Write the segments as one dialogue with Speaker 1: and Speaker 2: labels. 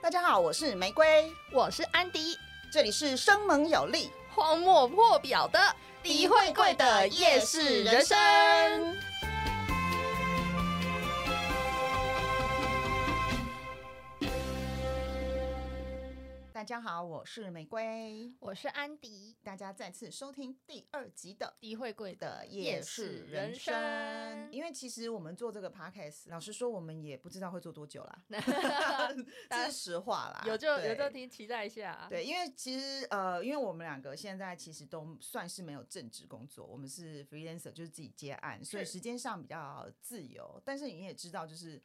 Speaker 1: 大家好，我是玫瑰，
Speaker 2: 我是安迪，
Speaker 1: 这里是生猛有力、
Speaker 2: 荒漠破表的李慧贵的夜市人生。
Speaker 1: 大家好，我是玫瑰，
Speaker 2: 我是安迪，
Speaker 1: 大家再次收听第二集的
Speaker 2: 李慧贵
Speaker 1: 的
Speaker 2: 的
Speaker 1: 夜
Speaker 2: 夜
Speaker 1: 市
Speaker 2: 市
Speaker 1: 人
Speaker 2: 人
Speaker 1: 生
Speaker 2: 生。。
Speaker 1: 因为其实我们做这个 podcast，老实说，我们也不知道会做多久 啦， 这是实话啦。
Speaker 2: 有就有就
Speaker 1: 对
Speaker 2: 听，期待一下。，啊
Speaker 1: 对，因为其实呃，因为我们两个现在其实都算是没有正职工作，我们是 freelancer，就是自己接案，所以
Speaker 2: 是
Speaker 1: 时间上比较自由。但是你也知道，就是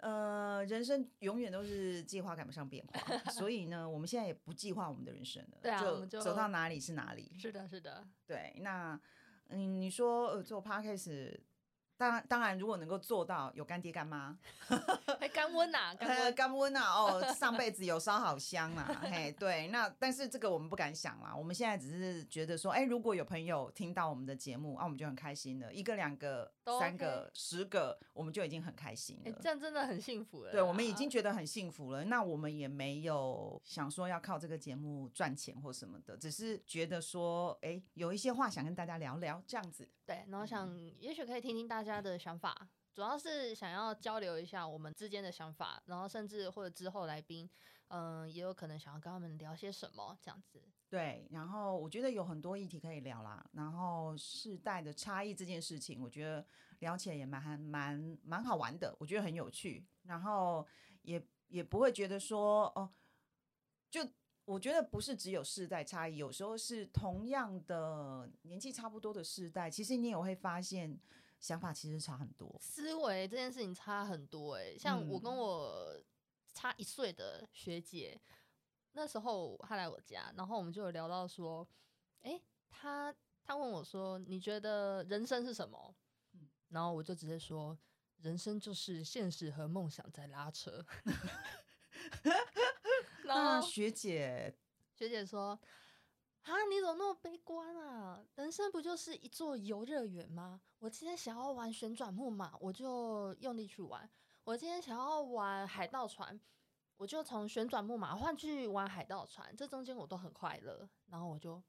Speaker 1: 呃，人生永远都是计划赶不上变化， 所以呢，我们现在也不计划我们的人生了，
Speaker 2: 对啊我们就
Speaker 1: 走到哪里是哪里。
Speaker 2: 是的，是的，
Speaker 1: 对，那嗯，你说呃，做 podcast。当然，当然，如果能够做到有干爹干妈，
Speaker 2: 还哎干温呐， 干
Speaker 1: 呃，
Speaker 2: 温。
Speaker 1: 干温啊，哦，上辈子有烧好香啊，嘿，对，那但是这个我们不敢想啦，我们现在只是觉得说，哎、如果有朋友听到我们的节目，啊，我们就很开心了，一个、两个、
Speaker 2: 都
Speaker 1: 三个、十个，我们就已经很开心
Speaker 2: 哎，
Speaker 1: 了。
Speaker 2: 这样啊真的很幸福了啦。
Speaker 1: 对，我们已经觉得很幸福了。那我们也没有想说要靠这个节目赚钱或什么的，只是觉得说，哎、有一些话想跟大家聊聊，这样子。
Speaker 2: 对，然后想也许可以听听大家的想法，主要是想要交流一下我们之间的想法，然后甚至或者之后来宾，嗯、也有可能想要跟他们聊些什么这样子。
Speaker 1: 对，然后我觉得有很多议题可以聊啦。然后世代的差异这件事情，我觉得聊起来也蛮还蛮蛮好玩的，我觉得很有趣。然后也也不会觉得说哦，就我觉得不是只有世代差异，有时候是同样的年纪差不多的世代，其实你也会发现想法其实差很多。
Speaker 2: 思维这件事情差很多哎、像我跟
Speaker 1: 嗯
Speaker 2: 我差一岁的学姐，那时候她来我家，然后我们就有聊到说，哎、她她问我说，你觉得人生是什么？然后我就直接说，人生就是现实和梦想在拉扯。
Speaker 1: 那
Speaker 2: 然后
Speaker 1: 学姐，
Speaker 2: 学姐说：“啊，你怎么那么悲观啊？人生不就是一座游乐园吗？我今天想要玩旋转木马，我就用力去玩；我今天想要玩海盗船，我就从旋转木马换去玩海盗船。这中间我都很快乐。然后我就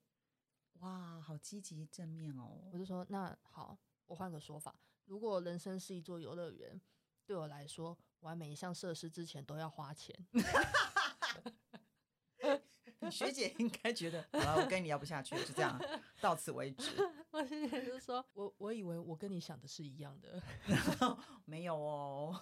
Speaker 1: 哇，好积极正面哦。
Speaker 2: 我就说，那好，我换个说法，如果人生是一座游乐园，对我来说，玩每一项设施之前都要花钱。
Speaker 1: 你学姐应该觉得，好了，我跟你聊不下去了，就这样，到此为止。
Speaker 2: 我学姐就说，我我以为我跟你想的是一样的。”
Speaker 1: 没有哦，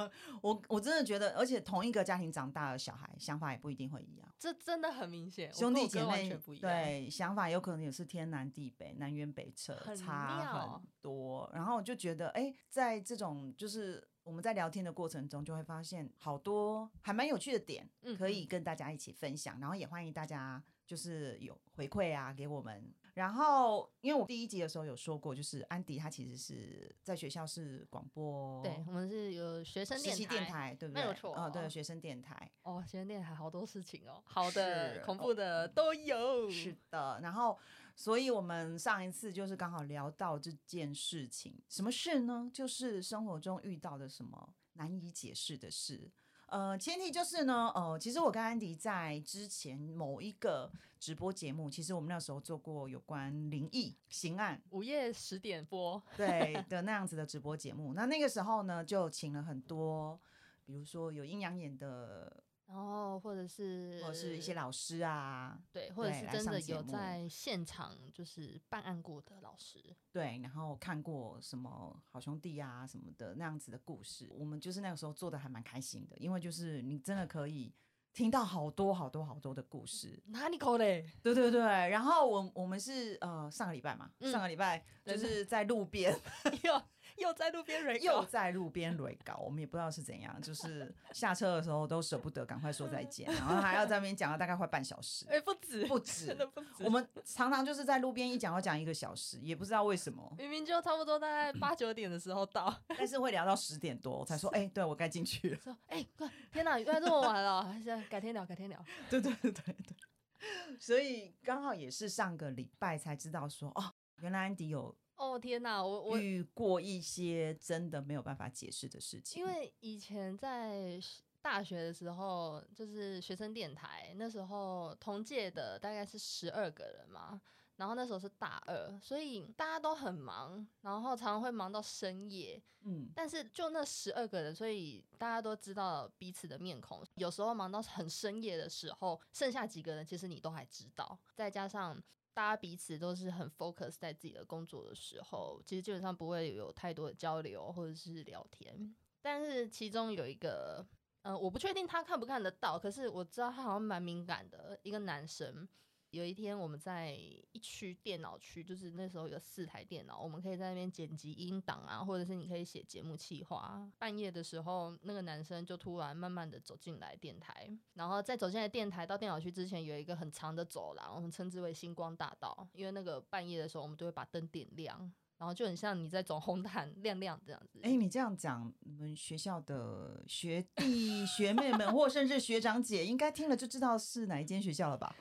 Speaker 1: 我我真的觉得，而且同一个家庭长大的小孩，想法也不一定会一样。
Speaker 2: 这真的很明显，我
Speaker 1: 兄
Speaker 2: 跟
Speaker 1: 弟
Speaker 2: 我
Speaker 1: 姐
Speaker 2: 哥完
Speaker 1: 妹
Speaker 2: 全不一样。，
Speaker 1: 对想法有可能也是天南地北、南辕北辙，
Speaker 2: 很
Speaker 1: 差
Speaker 2: 妙
Speaker 1: 很多。然后我就觉得，哎，在这种就是我们在聊天的过程中，就会发现好多还蛮有趣的点，
Speaker 2: 嗯
Speaker 1: 可以
Speaker 2: 嗯
Speaker 1: 跟大家一起分享。然后也欢迎大家就是有回馈啊给我们。然后，因为我第一集的时候有说过，就是安迪他其实是在学校是广播
Speaker 2: 对我们是有学生
Speaker 1: 哦实
Speaker 2: 电
Speaker 1: 习
Speaker 2: 台，
Speaker 1: 电台，对不对？
Speaker 2: 没有错嗯
Speaker 1: 啊、对，学生电台。
Speaker 2: 哦，学生电台好多事情哦，好的、
Speaker 1: 是嗯
Speaker 2: 恐怖的都有。
Speaker 1: 是的，然后，所以我们上一次就是刚好聊到这件事情，什么事呢？就是生活中遇到的什么难以解释的事。呃，前提就是呢，呃，其实我跟安迪在之前某一个直播节目，其实我们那时候做过有关灵异刑 案
Speaker 2: 午夜十点播，
Speaker 1: 对的那样子的直播节目。那那个时候呢，就请了很多，比如说有阴阳眼的，
Speaker 2: 然后或者是
Speaker 1: 或者哦是一些老师啊，
Speaker 2: 对，或者
Speaker 1: 对
Speaker 2: 是
Speaker 1: 来
Speaker 2: 真
Speaker 1: 上
Speaker 2: 的
Speaker 1: 节
Speaker 2: 有
Speaker 1: 目
Speaker 2: 在现场就是办案过的老师，
Speaker 1: 对，然后看过什么好兄弟啊什么的那样子的故事，我们就是那个时候做的还蛮开心的，因为就是你真的可以听到好多好多好多的故事，
Speaker 2: 哪里扣嘞？
Speaker 1: 对对对。然后我我们是呃上个礼拜嘛，
Speaker 2: 嗯
Speaker 1: 上个礼拜就
Speaker 2: 真的
Speaker 1: 是在路边
Speaker 2: 又又在路边 人
Speaker 1: 又在路边垒搞，我们也不知道是怎样，就是下车的时候都舍不得赶快说再见，然后还要在那边讲了大概快半小时，
Speaker 2: 哎不 止，
Speaker 1: 不止
Speaker 2: 真。的不止，
Speaker 1: 我们常常就是在路边一讲要讲一个小时，也不知道为什 么。
Speaker 2: 明明就差不多大概八九点的时候 到，
Speaker 1: 但是会聊到十点多，我才说，哎、对我该进去了。
Speaker 2: 说哎快天哪，原来这么晚了，还是改天聊改天聊。
Speaker 1: 对对对对对，所以刚好也是上个礼拜才知道说，哦，原来安迪有
Speaker 2: 哦天哪，我我
Speaker 1: 遇过一些真的没有办法解释的事情。
Speaker 2: 因为以前在是大学的时候，就是学生电台，那时候同届的大概是十二个人嘛，然后那时候是大二，所以大家都很忙，然后常常会忙到深夜。
Speaker 1: 嗯，
Speaker 2: 但是就那十二个人，所以大家都知道彼此的面孔。有时候忙到很深夜的时候，剩下几个人其实你都还知道。再加上大家彼此都是很 focus 在自己的工作的时候，其实基本上不会有太多的交流或者是聊天。但是其中有一个，呃，我不确定他看不看得到，可是我知道他好像蛮敏感的一个男生。有一天我们在一区电脑区，就是那时候有四台电脑，我们可以在那边剪辑音档啊，或者是你可以写节目企划。啊半夜的时候，那个男生就突然慢慢的走进来电台，然后在走进来电台到电脑区之前，有一个很长的走廊，我们称之为星光大道，因为那个半夜的时候，我们都会把灯点亮。然后就很像你在走红毯亮亮这样子，
Speaker 1: 哎、你这样讲，你们学校的学弟学妹们，或甚至学长姐，应该听了就知道是哪一间学校了吧？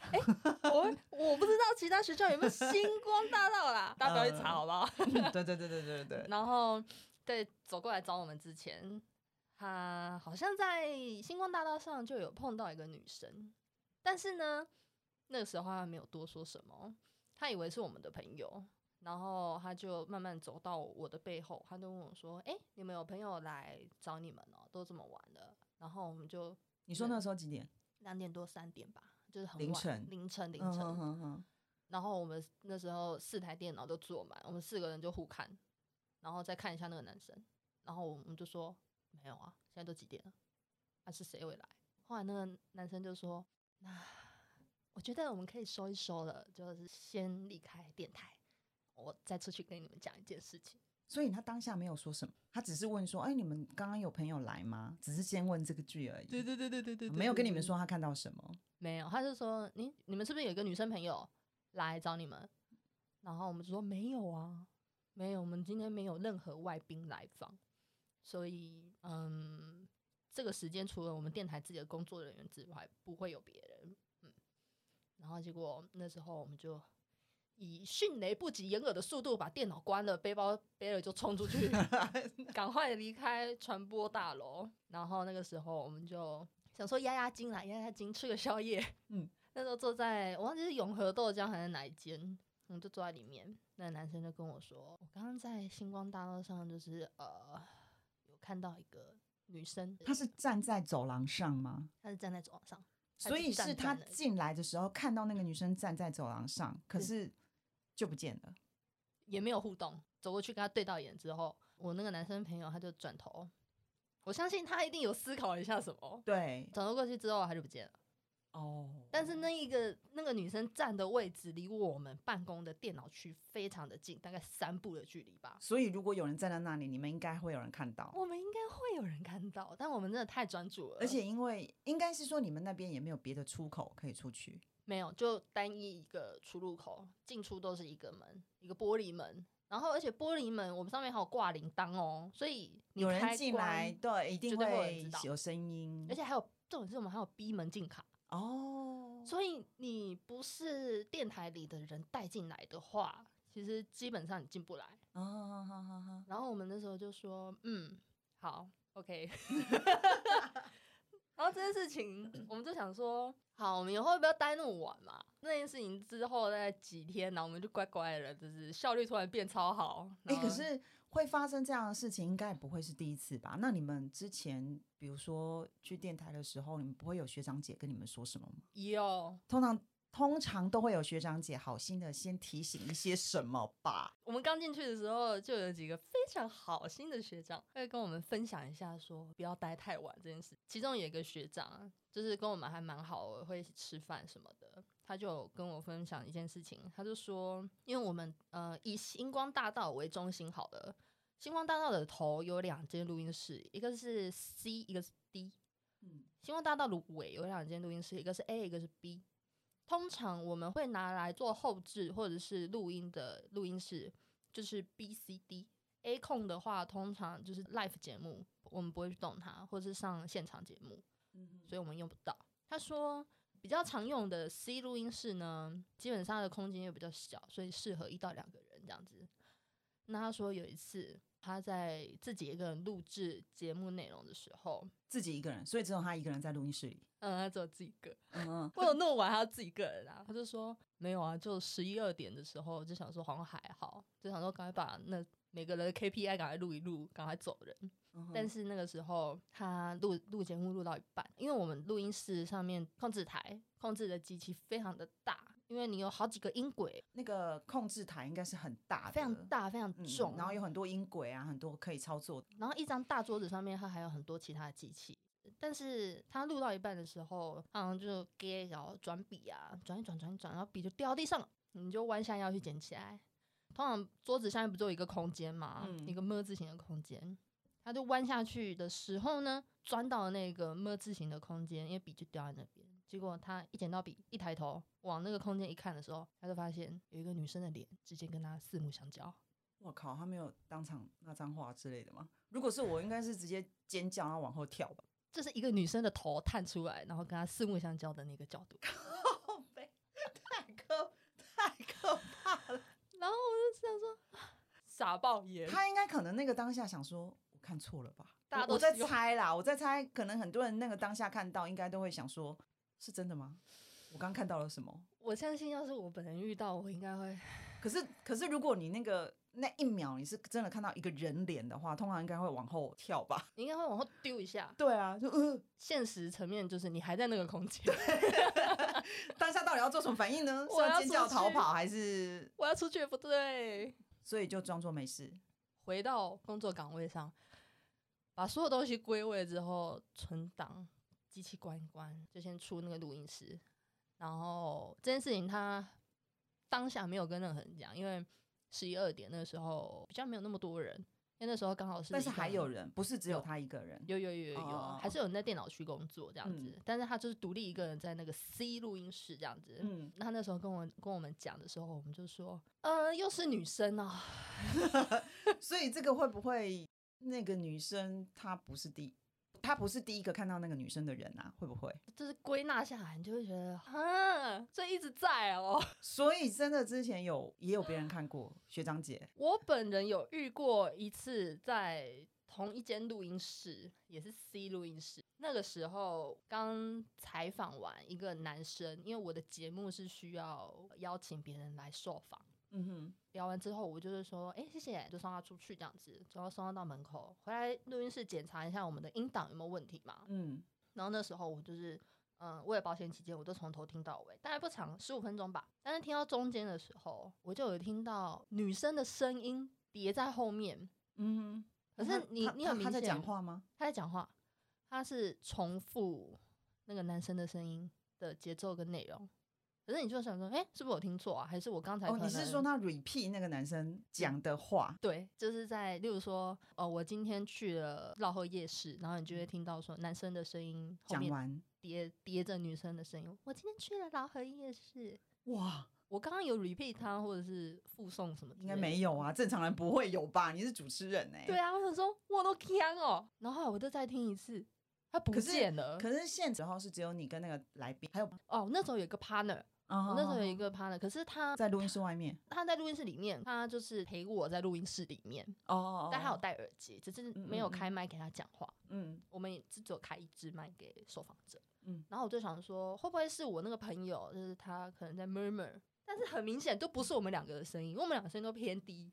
Speaker 2: 我我不知道其他学校有没有星光大道啦，大家不要去查好不好？
Speaker 1: 嗯对对对对对对，
Speaker 2: 然后对走过来找我们之前，他好像在星光大道上就有碰到一个女生，但是呢，那个时候他没有多说什么，他以为是我们的朋友，然后他就慢慢走到我的背后，他就问我说：“哎、你们有朋友来找你们哦，都这么晚了。”然后我们就
Speaker 1: 你说那时候几点？
Speaker 2: 两点多三点吧，就是很晚
Speaker 1: 凌晨
Speaker 2: 凌晨凌
Speaker 1: 嗯
Speaker 2: 晨，
Speaker 1: 哼哼哼
Speaker 2: 然后我们那时候四台电脑都坐满，我们四个人就互看，然后再看一下那个男生，然后我们就说没有啊，现在都几点了？啊，是谁会来？后来那个男生就说，那我觉得我们可以收一收了，就是先离开电台，我再出去跟你们讲一件事情。
Speaker 1: 所以他当下没有说什么，他只是问说：“哎，你们刚刚有朋友来吗？”只是先问这个句而已。
Speaker 2: 对对对对对
Speaker 1: 没有跟你们说他看到什么。
Speaker 2: 没有，他就说你你们是不是有一个女生朋友来找你们？然后我们就说没有啊，没有，我们今天没有任何外宾来访，所以嗯，这个时间除了我们电台自己的工作人员之外，不会有别人。嗯，然后结果那时候我们就以迅雷不及掩耳的速度把电脑关了，背包背了就冲出去，赶快离开传播大楼。然后那个时候我们就想说压压惊啦，压压惊，吃个宵夜。
Speaker 1: 嗯，
Speaker 2: 那时候坐在我忘记是永和豆浆还是哪一间，我们就坐在里面。那个男生就跟我说，我刚刚在星光大道上就是呃有看到一个女生，
Speaker 1: 他是站在走廊上吗？
Speaker 2: 她是站在走廊上，她
Speaker 1: 所以
Speaker 2: 站
Speaker 1: 是他
Speaker 2: 站的
Speaker 1: 进来的时候看到那个女生站在走廊上，可
Speaker 2: 对
Speaker 1: 是就不见了。
Speaker 2: 也没有互动，走过去跟他对到眼之后，我那个男生朋友他就转头，我相信他一定有思考一下什么，
Speaker 1: 对，
Speaker 2: 转头过去之后他就不见了。
Speaker 1: 哦，
Speaker 2: 但是那一个那个女生站的位置离我们办公的电脑区非常的近，大概三步的距离吧。
Speaker 1: 所以如果有人站在那里，你们应该会有人看到。
Speaker 2: 我们应该会有人看到，但我们真的太专注了，
Speaker 1: 而且因为应该是说你们那边也没有别的出口可以出去，
Speaker 2: 没有就单一一个出入口，进出都是一个门，一个玻璃门。然后而且玻璃门我们上面还有挂铃铛哦，所以你
Speaker 1: 有人
Speaker 2: 开
Speaker 1: 进
Speaker 2: 关
Speaker 1: 来，，对，一定
Speaker 2: 绝对会有人知
Speaker 1: 会
Speaker 2: 道
Speaker 1: 有声音
Speaker 2: 而。且还有重点是我们还有逼门禁卡。
Speaker 1: 哦，
Speaker 2: 所以你不是电台里的人带进来的话，其实基本上你进不来。
Speaker 1: 啊哈哈哈哈
Speaker 2: 然后我们那时候就说，嗯，好，OK。然后这件事情，我们就想说，好，我们以后不要待那么晚嘛。那件事情之后，大概几天，然后我们就乖乖的，就是效率突然变超好。
Speaker 1: 哎、
Speaker 2: 然后
Speaker 1: 可是会发生这样的事情，应该也不会是第一次吧？那你们之前，比如说去电台的时候，你们不会有学长姐跟你们说什么吗？
Speaker 2: 有，
Speaker 1: 通常通常都会有学长姐好心的先提醒一些什么吧？
Speaker 2: 我们刚进去的时候，就有几个非常好心的学长会跟我们分享一下，说不要待太晚这件事。其中有一个学长，啊就是跟我们还蛮好的，会一起吃饭什么的。他就有跟我分享一件事情，他就说，因为我们呃以星光大道为中心好了，星光大道的头有两间录音室，一个是 C，一个是 D。
Speaker 1: 嗯
Speaker 2: 星光大道的尾有两间录音室，一个是 A，一个是 B。通常我们会拿来做后置或者是录音的录音室，就是 B、C、D。A 控的话，通常就是 live 节目，我们不会去动它，或是上现场节目，
Speaker 1: 嗯
Speaker 2: 所以我们用不到。他说，比较常用的 C 录音室呢，基本上它的空间又比较小，所以适合一到两个人这样子。那他说有一次他在自己一个人录制节目内容的时候，
Speaker 1: 自己一个人，所以只有他一个人在录音室里。
Speaker 2: 嗯，他只有自己一个，
Speaker 1: 嗯嗯，
Speaker 2: 我有弄完，他自己一个人啊。他就说没有啊，就十一二点的时候就想说好像还好，就想说赶快把那每个人的 KPI 赶快录一录，赶快走人。
Speaker 1: 嗯哼
Speaker 2: 但是那个时候他录录节目录到一半，因为我们录音室上面控制台控制的机器非常的大，因为你有好几个音轨，
Speaker 1: 那个控制台应该是很大的，
Speaker 2: 非常大非常
Speaker 1: 嗯，
Speaker 2: 重，
Speaker 1: 然后有很多音轨啊，很多可以操作的。
Speaker 2: 然后一张大桌子上面它还有很多其他的机器。但是他录到一半的时候，他好像就给然后转笔啊，转一转转一转，然后笔就掉到地上了，你就弯下腰去捡起来。通常桌子下面不就有一个空间嘛，
Speaker 1: 嗯
Speaker 2: 一个么字形的空间。他就弯下去的时候呢，钻到了那个么字形的空间，因为笔就掉在那边。结果他一捡到笔，一抬头往那个空间一看的时候，他就发现有一个女生的脸直接跟他四目相交。
Speaker 1: 我靠，他没有当场骂脏话之类的吗？如果是我，应该是直接尖叫，然后往后跳吧。
Speaker 2: 这是一个女生的头探出来，然后跟她四目相交的那个角度。
Speaker 1: 靠背，太可太可怕了。
Speaker 2: 然后我就这样说，傻爆眼。
Speaker 1: 他应该可能那个当下想说，我看错了吧？
Speaker 2: 大家
Speaker 1: 我
Speaker 2: 都
Speaker 1: 我在
Speaker 2: 希望
Speaker 1: 猜啦，我在猜，可能很多人那个当下看到，应该都会想说，是真的吗？我刚看到了什么？
Speaker 2: 我相信，要是我本人遇到，我应该会
Speaker 1: 可是，可是，如果你那个那一秒你是真的看到一个人脸的话，通常应该会往后跳吧？
Speaker 2: 应该会往后丢一下。
Speaker 1: 对啊，就呃，
Speaker 2: 现实层面就是你还在那个空间，
Speaker 1: 当下到底要做什么反应呢？是
Speaker 2: 我要
Speaker 1: 尖叫
Speaker 2: 出
Speaker 1: 逃
Speaker 2: 去
Speaker 1: 跑，还是
Speaker 2: 我要出去也不对，
Speaker 1: 所以就装作没事？
Speaker 2: 回到工作岗位上，把所有东西归位之后，存档，机器关一关，就先出那个录音室。然后这件事情他当下没有跟任何人讲，因为十一二点那时候比较没有那么多人，因为那时候刚好是
Speaker 1: 但
Speaker 2: 一
Speaker 1: 是
Speaker 2: 个
Speaker 1: 还有人，不是只有
Speaker 2: 有
Speaker 1: 他一个人。
Speaker 2: 有有有有有，
Speaker 1: 哦
Speaker 2: 还是有人在电脑区工作这样子，但是他就是独立一个人在那个 C 录音室这样子。
Speaker 1: 嗯，
Speaker 2: 他那时候跟我跟我们讲的时候，我们就说，呃，又是女生啊，
Speaker 1: 所以这个会不会那个女生她不是第，她不是第一个看到那个女生的人啊？会不会？
Speaker 2: 就是归纳下来，你就会觉得，啊，这一直在哦。
Speaker 1: 所以真的之前有也有别人看过学长姐，
Speaker 2: 我本人有遇过一次，在同一间录音室，也是 C 录音室。那个时候刚采访完一个男生，因为我的节目是需要邀请别人来受访。
Speaker 1: 嗯哼，
Speaker 2: 聊完之后，我就是说，哎、谢谢，就送他出去这样子，然后送他到门口，回来录音室检查一下我们的音档有没有问题嘛。
Speaker 1: 嗯，
Speaker 2: 然后那时候我就是，嗯，为了保险起见，我都从头听到尾，大概不长，十五分钟吧。但是听到中间的时候，我就有听到女生的声音叠在后面，
Speaker 1: 嗯
Speaker 2: 可
Speaker 1: 哼，
Speaker 2: 是
Speaker 1: 她
Speaker 2: 你
Speaker 1: 她
Speaker 2: 你
Speaker 1: 她
Speaker 2: 很明
Speaker 1: 她在讲
Speaker 2: 显
Speaker 1: 话吗？
Speaker 2: 她在讲话，她是重复那个男生的声音的节奏跟内容。可是你就想说，哎、是不是我听错啊？还是我刚才
Speaker 1: 哦，
Speaker 2: 可
Speaker 1: 你是
Speaker 2: 能
Speaker 1: 说她 repeat 那个男生讲的话？
Speaker 2: 对，就是在例如说，哦，我今天去了绕后夜市，然后你就会听到说男生的声音后
Speaker 1: 嗯讲
Speaker 2: 面
Speaker 1: 完，
Speaker 2: 叠叠着女生的声音。我今天去了饶河夜市，
Speaker 1: 哇，
Speaker 2: 我刚刚有 repeat 它或者是附送什么？
Speaker 1: 应该没。有啊，正常人不会有吧？你是主持人哎、
Speaker 2: 对。啊，我想说我都呛哦，然后后来我就再听一次，它不
Speaker 1: 可是
Speaker 2: 见了。
Speaker 1: 可是现时候是只有你跟那个来宾，还有
Speaker 2: 哦，那时候有一个 partner，我
Speaker 1: 我
Speaker 2: 那时候有一个 partner，可是他
Speaker 1: 哦在录音室外面
Speaker 2: 他在录音室里面，他就是陪我在录音室里面，
Speaker 1: 哦哦，
Speaker 2: 但他有戴耳机，只是
Speaker 1: 嗯
Speaker 2: 没有
Speaker 1: 嗯嗯
Speaker 2: 开麦给他讲话。
Speaker 1: 嗯
Speaker 2: 我们也只只有开一支麦给受访者，
Speaker 1: 嗯
Speaker 2: 嗯，然后我就想说，会不会是我那个朋友，就是他可能在 murmur，但是很明显都不是我们两个的声音，因为我们两个声音都偏低，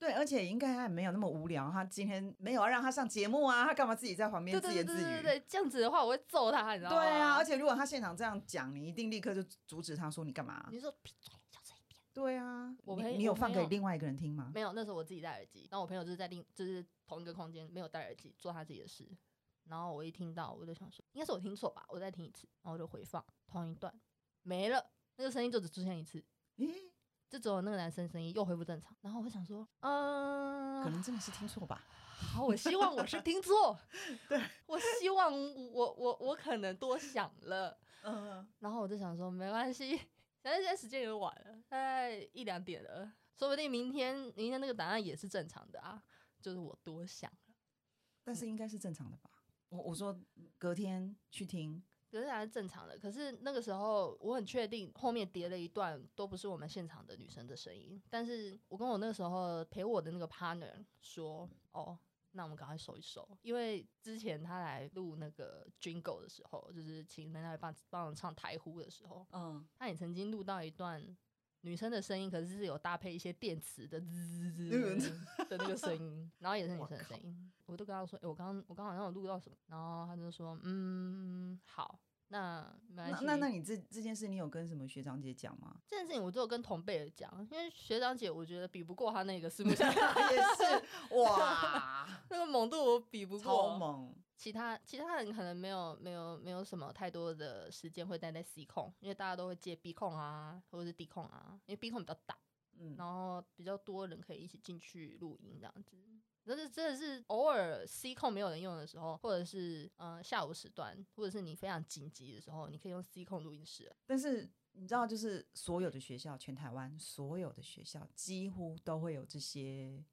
Speaker 1: 对，而且应该他也没有那么无聊，他今天没有要让他上节目啊，他干嘛自己在旁边
Speaker 2: 对
Speaker 1: 自
Speaker 2: 对
Speaker 1: 言
Speaker 2: 对
Speaker 1: 自
Speaker 2: 对
Speaker 1: 语？
Speaker 2: 对对，这样子的话我会揍他，你知道吗？
Speaker 1: 对啊，而且如果他现场这样讲，你一定立刻就阻止他说你干嘛
Speaker 2: 你？就说闭嘴，小声一点。
Speaker 1: 对啊，
Speaker 2: 我
Speaker 1: 你
Speaker 2: 没
Speaker 1: 你有
Speaker 2: 我
Speaker 1: 放
Speaker 2: 没
Speaker 1: 给
Speaker 2: 有
Speaker 1: 另外一个人听吗？
Speaker 2: 没有，那时候我自己戴耳机，然后我朋友就是在另就是同一个空间，没有戴耳机做他自己的事，然后我一听到我就想说，应该是我听错吧，我再听一次，然后我就回放同一段，没了，那个声音就只出现一次。
Speaker 1: 咦，
Speaker 2: 就只有那个男生声音又恢复正常，然后我想说，嗯、
Speaker 1: 可能真的是听错吧？
Speaker 2: 好，我希望我是听 错，对，我希望我我我可能多想了，
Speaker 1: 嗯，
Speaker 2: 然后我就想说没关系，反正现在时间也晚了，大概一两点了，说不定明天明天那个答案也是正常的啊，就是我多想了，
Speaker 1: 但是应该是正常的吧？我我说隔天去听，
Speaker 2: 本来是正常的，可是那个时候我很确定后面叠了一段都不是我们现场的女生的声音，但是我跟我那个时候陪我的那个 partner 说，哦，那我们赶快收一收，因为之前他来录那个 Jingle 的时候，就是请人家来帮帮我们唱台呼的时候，
Speaker 1: 嗯，
Speaker 2: 他也曾经录到一段女生的声音，可是是有搭配一些电池的滋滋 滋
Speaker 1: 嗯
Speaker 2: 滋的那个 声音，然后也是女
Speaker 1: 我
Speaker 2: 生的
Speaker 1: 靠
Speaker 2: 声音。我都跟他说，诶我刚我刚好像有录到什么，然后他就说，嗯，好，那没关
Speaker 1: 那
Speaker 2: 系。
Speaker 1: 那那你这这件事，你有跟什么学长姐讲 吗？
Speaker 2: 这件事情我只有跟同辈的讲，因为学长姐我觉得比不过他那个私 募下
Speaker 1: 也是哇，
Speaker 2: 那个猛度，我比不过。
Speaker 1: 超猛，
Speaker 2: 其他其他人可能没有没有没有什么太多的时间会待在 C 控，因为大家都会接 B 控啊，或者是 D 控啊，因为 B 控比较大。
Speaker 1: 嗯，
Speaker 2: 然后比较多人可以一起进去录音这样子。但是真的是偶尔 C 控没有人用的时候，或者是呃下午时段，或者是你非常紧急的时候，你可以用 C 控录音室。
Speaker 1: 但是你知道，就是所有的学校，全台湾所有的学校几乎都会有这 些。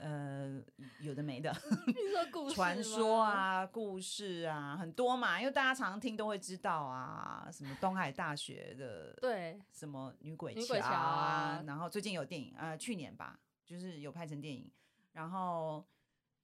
Speaker 1: 呃，有的没的
Speaker 2: 你说故事
Speaker 1: 传说
Speaker 2: 吗，
Speaker 1: 啊、故事啊，很多嘛，因为大家常听都会知道啊，什么东海大学的
Speaker 2: 对，
Speaker 1: 什么女鬼
Speaker 2: 女鬼
Speaker 1: 桥
Speaker 2: 桥啊
Speaker 1: 然后最近有电影，呃，去年吧，就是有拍成电影，然后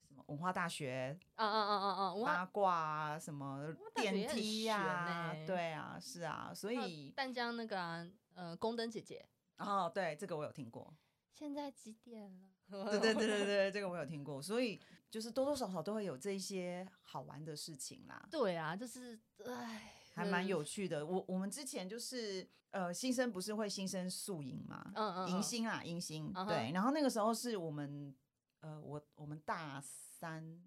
Speaker 1: 什么文化大学
Speaker 2: 嗯嗯嗯嗯嗯，
Speaker 1: 八
Speaker 2: 哇，
Speaker 1: 卦啊，什么
Speaker 2: 大学
Speaker 1: 电
Speaker 2: 也很
Speaker 1: 梯
Speaker 2: 悬
Speaker 1: 呀、
Speaker 2: 欸
Speaker 1: 对啊，是啊，所
Speaker 2: 还有
Speaker 1: 以
Speaker 2: 淡江那个啊，呃，宫灯姐姐，
Speaker 1: 哦，对，这个我有听过，
Speaker 2: 现在几点了？
Speaker 1: 对对对对对，这个我有听过，所以就是多多少少都会有这一些好玩的事情啦。
Speaker 2: 对啊，就是唉，
Speaker 1: 还蛮
Speaker 2: 嗯
Speaker 1: 有趣的，我我们之前就是呃，新生不是会新生宿营嘛，
Speaker 2: 嗯嗯
Speaker 1: 迎
Speaker 2: 嗯
Speaker 1: 新啊，迎新。
Speaker 2: 嗯哼
Speaker 1: 对，然后那个时候是我们呃，我我们大三，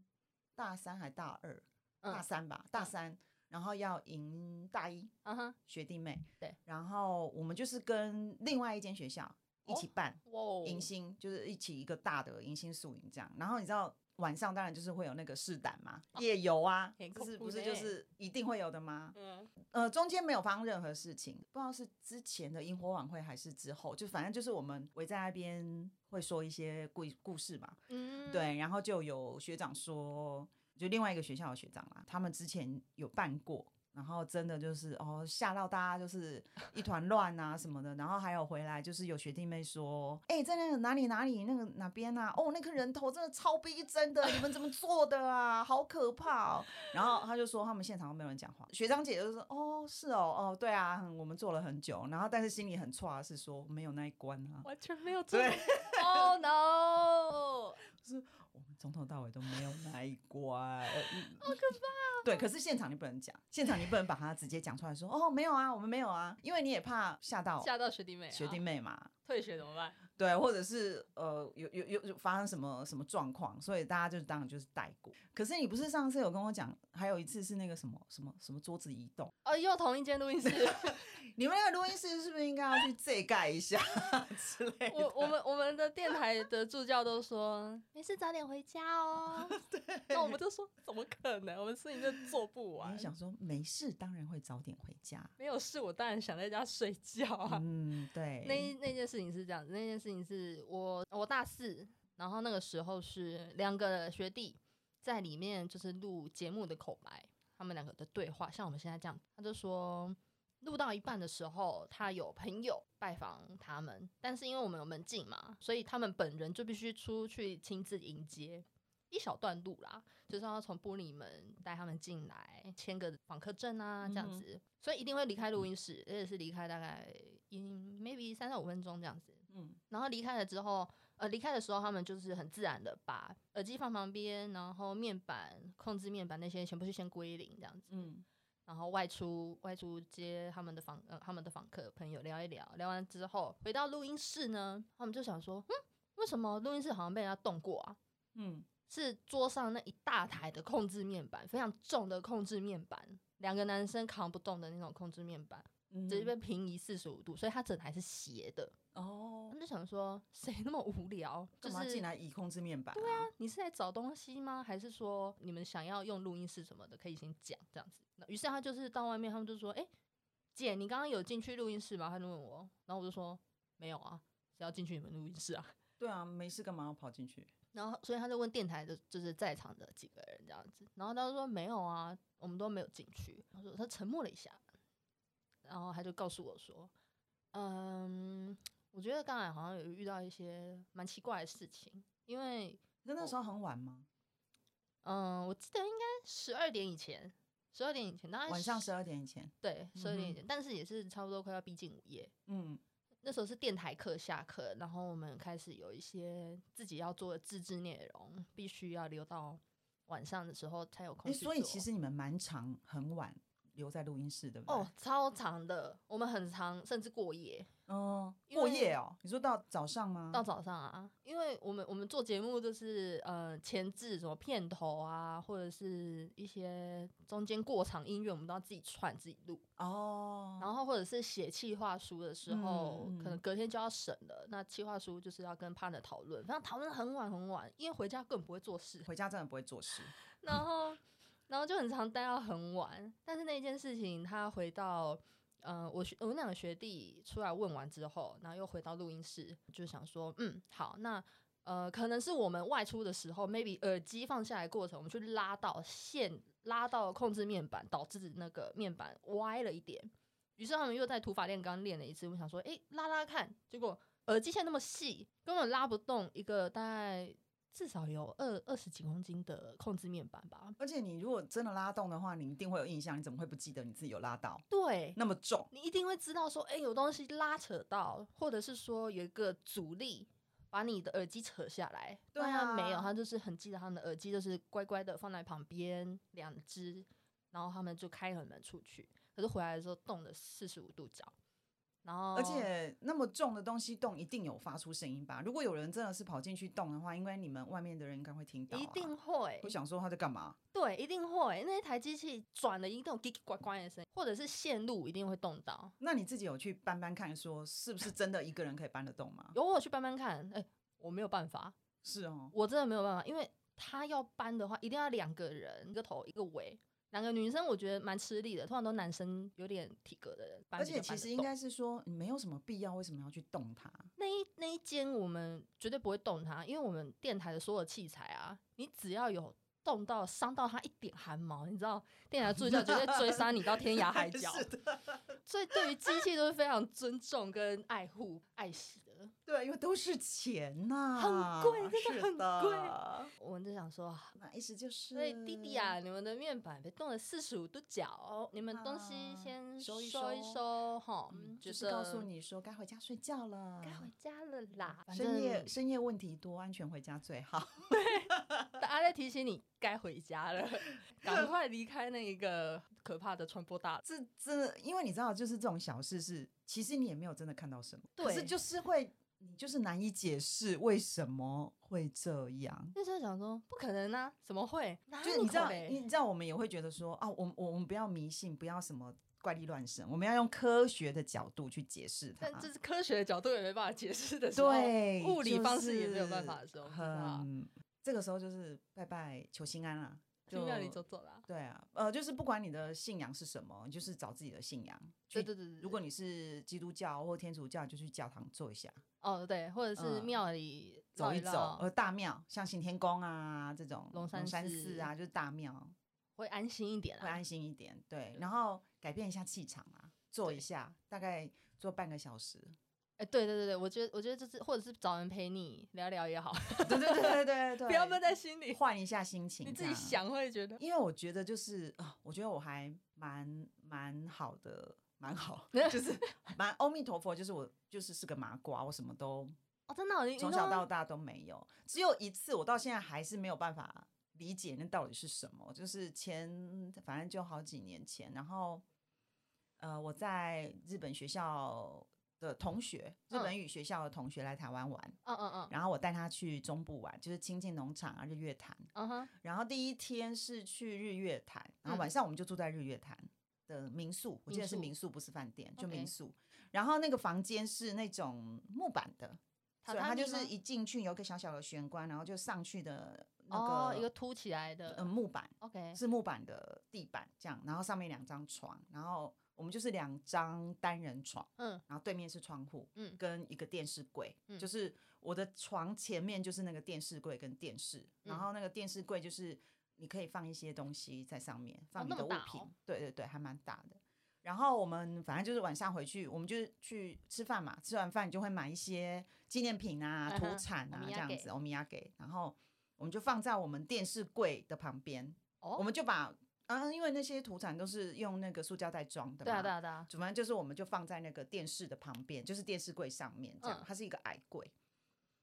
Speaker 1: 大三还大二，大
Speaker 2: 嗯
Speaker 1: 三吧，大三，然后要迎大一
Speaker 2: 嗯哼，
Speaker 1: 学弟妹。
Speaker 2: 对，
Speaker 1: 然后我们就是跟另外一间学校一起
Speaker 2: 哦
Speaker 1: 办
Speaker 2: 哇哦，
Speaker 1: 迎新，就是一起一个大的迎新宿营这样。然后你知道。晚上当然就是会有那个试胆嘛，夜游啊，
Speaker 2: 哦很
Speaker 1: 就是
Speaker 2: 恐
Speaker 1: 不
Speaker 2: 怖
Speaker 1: 是
Speaker 2: 呢
Speaker 1: 就是一定会有的吗？
Speaker 2: 嗯，
Speaker 1: 呃，中间没有发生任何事情，不知道是之前的萤火晚会还是之后，就反正就是我们围在那边会说一些故故事嘛，
Speaker 2: 嗯，
Speaker 1: 对，然后就有学长说，就另外一个学校的学长啦，他们之前有办过，然后真的就是哦吓到大家就是一团乱啊什么的，然后还有回来就是有学弟妹说，哎、在那个哪里哪里那个哪边啊，哦那个人头真的超逼真的，你们怎么做的啊，好可怕、哦。然后他就说他们现场都没有人讲话，学长姐就说哦是哦哦对啊，很我们做了很久，然后但是心里很挫啊，是说没有那一关啊，
Speaker 2: 完全没有做
Speaker 1: 对。
Speaker 2: ，Oh no！
Speaker 1: 我们从头到尾都没有那一关，好可怕、对，可是现场你不能讲，现场你不能把它直接讲出来说，哦，没有啊，我们没有啊，因为你也怕吓到
Speaker 2: 吓到学弟妹、啊，
Speaker 1: 学弟妹嘛，
Speaker 2: 退学怎么办？
Speaker 1: 对，或者是呃有有有有发生什么什么状况，所以大家就当然就是带过。可是你不是上次有跟我讲，还有一次是那个什么什么什么桌子移动，
Speaker 2: 哦，又同一间录音室，
Speaker 1: 你们那个录音室是不是应该要去遮盖一下之类的？
Speaker 2: 我我们我们的电台的助教都说 没事早点回家哦。 对，那我们就说怎么可能？我们事情就做不
Speaker 1: 我
Speaker 2: 完
Speaker 1: 就。想说没事，当然会早点回家。
Speaker 2: 没有事，我当然想在家睡觉啊。
Speaker 1: 嗯，对，
Speaker 2: 那一那件事情是这样子，那件事情是我我大四，然后那个时候是两个学弟在里面就是录节目的口白，他们两个的对话，像我们现在这样，他就说录到一半的时候，他有朋友拜访他们，但是因为我们有门禁嘛，所以他们本人就必须出去亲自迎接。一小段路啦，就是要从玻璃门带他们进来，签个访客证啊，这样
Speaker 1: 嗯哼
Speaker 2: 子，所以一定会离开录音室，而且是离开大概嗯 maybe 三到五分钟这样子。
Speaker 1: 嗯
Speaker 2: 然后离开了之后，呃，离开的时候他们就是很自然的把耳机放旁边，然后面板、控制面板那些全部是先归零这样子，
Speaker 1: 嗯
Speaker 2: 然后外出外出接他们的访呃他们的访客朋友聊一聊，聊完之后回到录音室呢，他们就想说，嗯，为什么录音室好像被人家动过啊？
Speaker 1: 嗯，
Speaker 2: 是桌上那一大台的控制面板，非常重的控制面板，两个男生扛不动的那种控制面板，
Speaker 1: 嗯
Speaker 2: 直接被平移四十五度，所以它整台是斜的。
Speaker 1: 哦
Speaker 2: 我，就想说，谁那么无聊？嗯就
Speaker 1: 干嘛进
Speaker 2: 是
Speaker 1: 来以控制面板、对啊，
Speaker 2: 你是来找东西吗？还是说你们想要用录音室什么的，可以先讲这样子？那于是他就是到外面，他们就说：“哎、姐，你刚刚有进去录音室吗？”他就问我，然后我就说：“没有啊，谁要进去你们录音室啊？”
Speaker 1: 对啊，没事干嘛要跑进去？
Speaker 2: 然后所以他就问电台的，就是在场的几个人这样子，然后他就说没有啊，我们都没有进去。他说他沉默了一下，然后他就告诉我说，嗯，我觉得刚才好像有遇到一些蛮奇怪的事情，因为
Speaker 1: 那那时候很晚吗？
Speaker 2: 嗯，我记得应该十二点以前，十二点以前，当然
Speaker 1: 晚上
Speaker 2: 啊是
Speaker 1: 十二点以前。
Speaker 2: 对十二点以
Speaker 1: 嗯哼
Speaker 2: 前，但是也是差不多快要逼近午夜。
Speaker 1: 嗯，
Speaker 2: 那时候是电台课下课，然后我们开始有一些自己要做的自制内容，必须要留到晚上的时候才有空
Speaker 1: 诶
Speaker 2: 去做。
Speaker 1: 所以其实你们蛮长，很晚留在录音室，对不对？
Speaker 2: 哦，超长的，我们很长，甚至过夜
Speaker 1: 哦，
Speaker 2: 因
Speaker 1: 过
Speaker 2: 为
Speaker 1: 夜哦，你说到早上吗？
Speaker 2: 到早上啊，因为我们我们做节目就是呃前置什么片头啊，或者是一些中间过场音乐，我们都要自己串自己录。
Speaker 1: 哦，
Speaker 2: 然后或者是写企划书的时候，
Speaker 1: 嗯嗯
Speaker 2: 可能隔天就要审了。那企划书就是要跟 partner 讨论，反正讨论很晚很晚，因为回家根本不会做事，
Speaker 1: 回家真的不会做事。
Speaker 2: 然后然后就很常待到很晚。但是那件事情，他回到呃，我学我那个学弟出来问完之后，然后又回到录音室，就想说，嗯，好，那。呃，可能是我们外出的时候，maybe 耳机放下来的过程，我们去拉到线，拉到控制面板，导致那个面板歪了一点。于是他们又在土法炼钢练了一次。我想说，诶，拉拉看，结果耳机线那么细，根本拉不动一个大概至少有二二十几公斤的控制面板吧。
Speaker 1: 而且你如果真的拉动的话，你一定会有印象，你怎么会不记得你自己有拉到
Speaker 2: 对，
Speaker 1: 那么重？
Speaker 2: 你一定会知道说，诶，有东西拉扯到，或者是说有一个阻力。把你的耳机扯下来，
Speaker 1: 对
Speaker 2: 但他没有，
Speaker 1: 啊
Speaker 2: 他就是很记得他们的耳机，就是乖乖的放在旁边两只，然后他们就开了门出去。可是回来的时候冻了四十五度角，然后
Speaker 1: 而且那么重的东西动，一定有发出声音吧？如果有人真的是跑进去动的话，应该你们外面的人应该会听到、啊
Speaker 2: 一定。会
Speaker 1: 会，想说他在干嘛？
Speaker 2: 对，一定会。那一台机器转了一定有叽叽呱呱的声音，或者是线路一定会动到。
Speaker 1: 那你自己有去搬搬看，说是不是真的一个人可以搬得动吗？
Speaker 2: 有我去搬搬看，哎、我没有办法，
Speaker 1: 是哦，
Speaker 2: 我真的没有办法，因为他要搬的话，一定要两个人，一个头一个尾。两个女生我觉得蛮吃力的，通常都男生有点体格的人搬
Speaker 1: 而
Speaker 2: 比较
Speaker 1: 且
Speaker 2: 搬得动。
Speaker 1: 其实应该是说你没有什么必要，为什么要去动它？
Speaker 2: 那一那一间我们绝对不会动它，因为我们电台的所有器材啊，你只要有动到伤到它一点汗毛，你知道电台助教绝对追杀你到天涯 海角。
Speaker 1: 是的，
Speaker 2: 所以对于机器都是非常尊重跟爱护、爱惜的。
Speaker 1: 对，因为都是钱呐、
Speaker 2: 很贵真
Speaker 1: 是
Speaker 2: 的很贵
Speaker 1: 的
Speaker 2: 我们就想说，啊
Speaker 1: 那意思就是，
Speaker 2: 所以弟弟
Speaker 1: 嗯
Speaker 2: 啊，你们的面板被冻了四十五度角，你们东西
Speaker 1: 啊
Speaker 2: 先
Speaker 1: 收一
Speaker 2: 收一
Speaker 1: 收
Speaker 2: 收哈，
Speaker 1: 嗯，
Speaker 2: 觉
Speaker 1: 就是告
Speaker 2: 得
Speaker 1: 诉你说该回家睡觉了，
Speaker 2: 该回家了啦。反
Speaker 1: 深夜
Speaker 2: 正
Speaker 1: 深夜问题多，安全回家最好。
Speaker 2: 大家在提醒你该回家 了，赶快离开那一个可怕的传播大。
Speaker 1: 这这，因为你知道，就是这种小事是，其实你也没有真的看到什么，可是
Speaker 2: 对
Speaker 1: 就是会，你就是难以解释为什么会这样。
Speaker 2: 那时候想说，不可能啊，怎么会？哪
Speaker 1: 就是
Speaker 2: 有
Speaker 1: 你知
Speaker 2: 可
Speaker 1: 道，
Speaker 2: 能
Speaker 1: 你知道，我们也会觉得说，啊，我们我们不要迷信，不要什么怪力乱神，我们要用科学的角度去解释它
Speaker 2: 但。这是科学的角度也没办法解释的时候，
Speaker 1: 啊对，
Speaker 2: 物理
Speaker 1: 就
Speaker 2: 方式也没有
Speaker 1: 是
Speaker 2: 办法的时候，不知道啊
Speaker 1: 很，这个时候就是拜拜求心安啦，
Speaker 2: 去
Speaker 1: 就
Speaker 2: 庙里走走啦。
Speaker 1: 对啊，呃，就是不管你的信仰是什么，你就是找自己的信仰去
Speaker 2: 对对对对，对
Speaker 1: 如果你是基督教或天主教，就去教堂坐一下，
Speaker 2: 哦对，或者是
Speaker 1: 嗯
Speaker 2: 庙里
Speaker 1: 走
Speaker 2: 绕
Speaker 1: 一
Speaker 2: 一
Speaker 1: 走
Speaker 2: 绕。
Speaker 1: 呃，大庙像行天宫啊这种，
Speaker 2: 龙山
Speaker 1: 山
Speaker 2: 寺
Speaker 1: 寺啊，就是大庙
Speaker 2: 会安心一点
Speaker 1: 会
Speaker 2: 啦。
Speaker 1: 安心一点。对，然后改变一下气场啊，坐一
Speaker 2: 嗯对
Speaker 1: 下，大概坐半个小时。
Speaker 2: 哎、对对对对，我觉得我觉得就是或者是找人陪你聊聊也好，
Speaker 1: 对对对对对对，啊
Speaker 2: 不要闷在心 里，
Speaker 1: 换一下心情，
Speaker 2: 你
Speaker 1: 这
Speaker 2: 自己
Speaker 1: 样。
Speaker 2: 想会觉得
Speaker 1: 因为我觉得就是啊、我觉得我还蛮蛮好的，蛮好， 就是蛮阿弥陀佛，就是我就是是个麻瓜，我什么都
Speaker 2: 哦，真的哦、你你
Speaker 1: 从
Speaker 2: 都
Speaker 1: 小到大都没有，只有一次，我到现在还是没有办法理解那到底是什么。就是前反正就好几年前，然后呃，我在日本学校的同学，日
Speaker 2: 嗯
Speaker 1: 本语学校的同学来台湾玩，
Speaker 2: 嗯嗯嗯
Speaker 1: 然后我带他去中部玩，就是亲近农场啊、日月潭。
Speaker 2: 嗯哼，
Speaker 1: 然后第一天是去日月潭，然
Speaker 2: 嗯
Speaker 1: 后晚上我们就住在日月潭的民宿，我记
Speaker 2: 民
Speaker 1: 得是
Speaker 2: 宿
Speaker 1: 民宿，不是饭店，就
Speaker 2: OK
Speaker 1: 民宿。然后那个房间是那种木板的，
Speaker 2: 榻
Speaker 1: 所以它
Speaker 2: 榻
Speaker 1: 就
Speaker 2: 米吗
Speaker 1: 是一进去有一个小小的玄关，然后就上去的那
Speaker 2: 哦
Speaker 1: 个、
Speaker 2: 一个凸起来的、
Speaker 1: 呃木板
Speaker 2: o k
Speaker 1: 是木板的地板这样，然后上面两张床，然后我们就是两张单人床，
Speaker 2: 嗯
Speaker 1: 然后对面是窗户，
Speaker 2: 嗯
Speaker 1: 跟一个电视柜，
Speaker 2: 嗯
Speaker 1: 就是我的床前面就是那个电视柜跟电视，
Speaker 2: 嗯
Speaker 1: 然后那个电视柜就是你可以放一些东西在上面，放你
Speaker 2: 那
Speaker 1: 的
Speaker 2: 么
Speaker 1: 物
Speaker 2: 大
Speaker 1: 品，
Speaker 2: 哦
Speaker 1: 对对对，还蛮大的。然后我们反正就是晚上回去，我们就是去吃饭嘛，吃完饭你就会买一些纪念品啊、
Speaker 2: 嗯
Speaker 1: 土
Speaker 2: 哼
Speaker 1: 产啊这
Speaker 2: omiyage
Speaker 1: 样子，欧米亚给，然后我们就放在我们电视柜的旁边，
Speaker 2: 哦
Speaker 1: 我们就把。啊，因为那些土产都是用那个塑胶袋装的嘛，
Speaker 2: 对啊对啊对啊，
Speaker 1: 主要就是我们就放在那个电视的旁边，就是电视柜上面这样，
Speaker 2: 嗯
Speaker 1: 它是一个矮柜，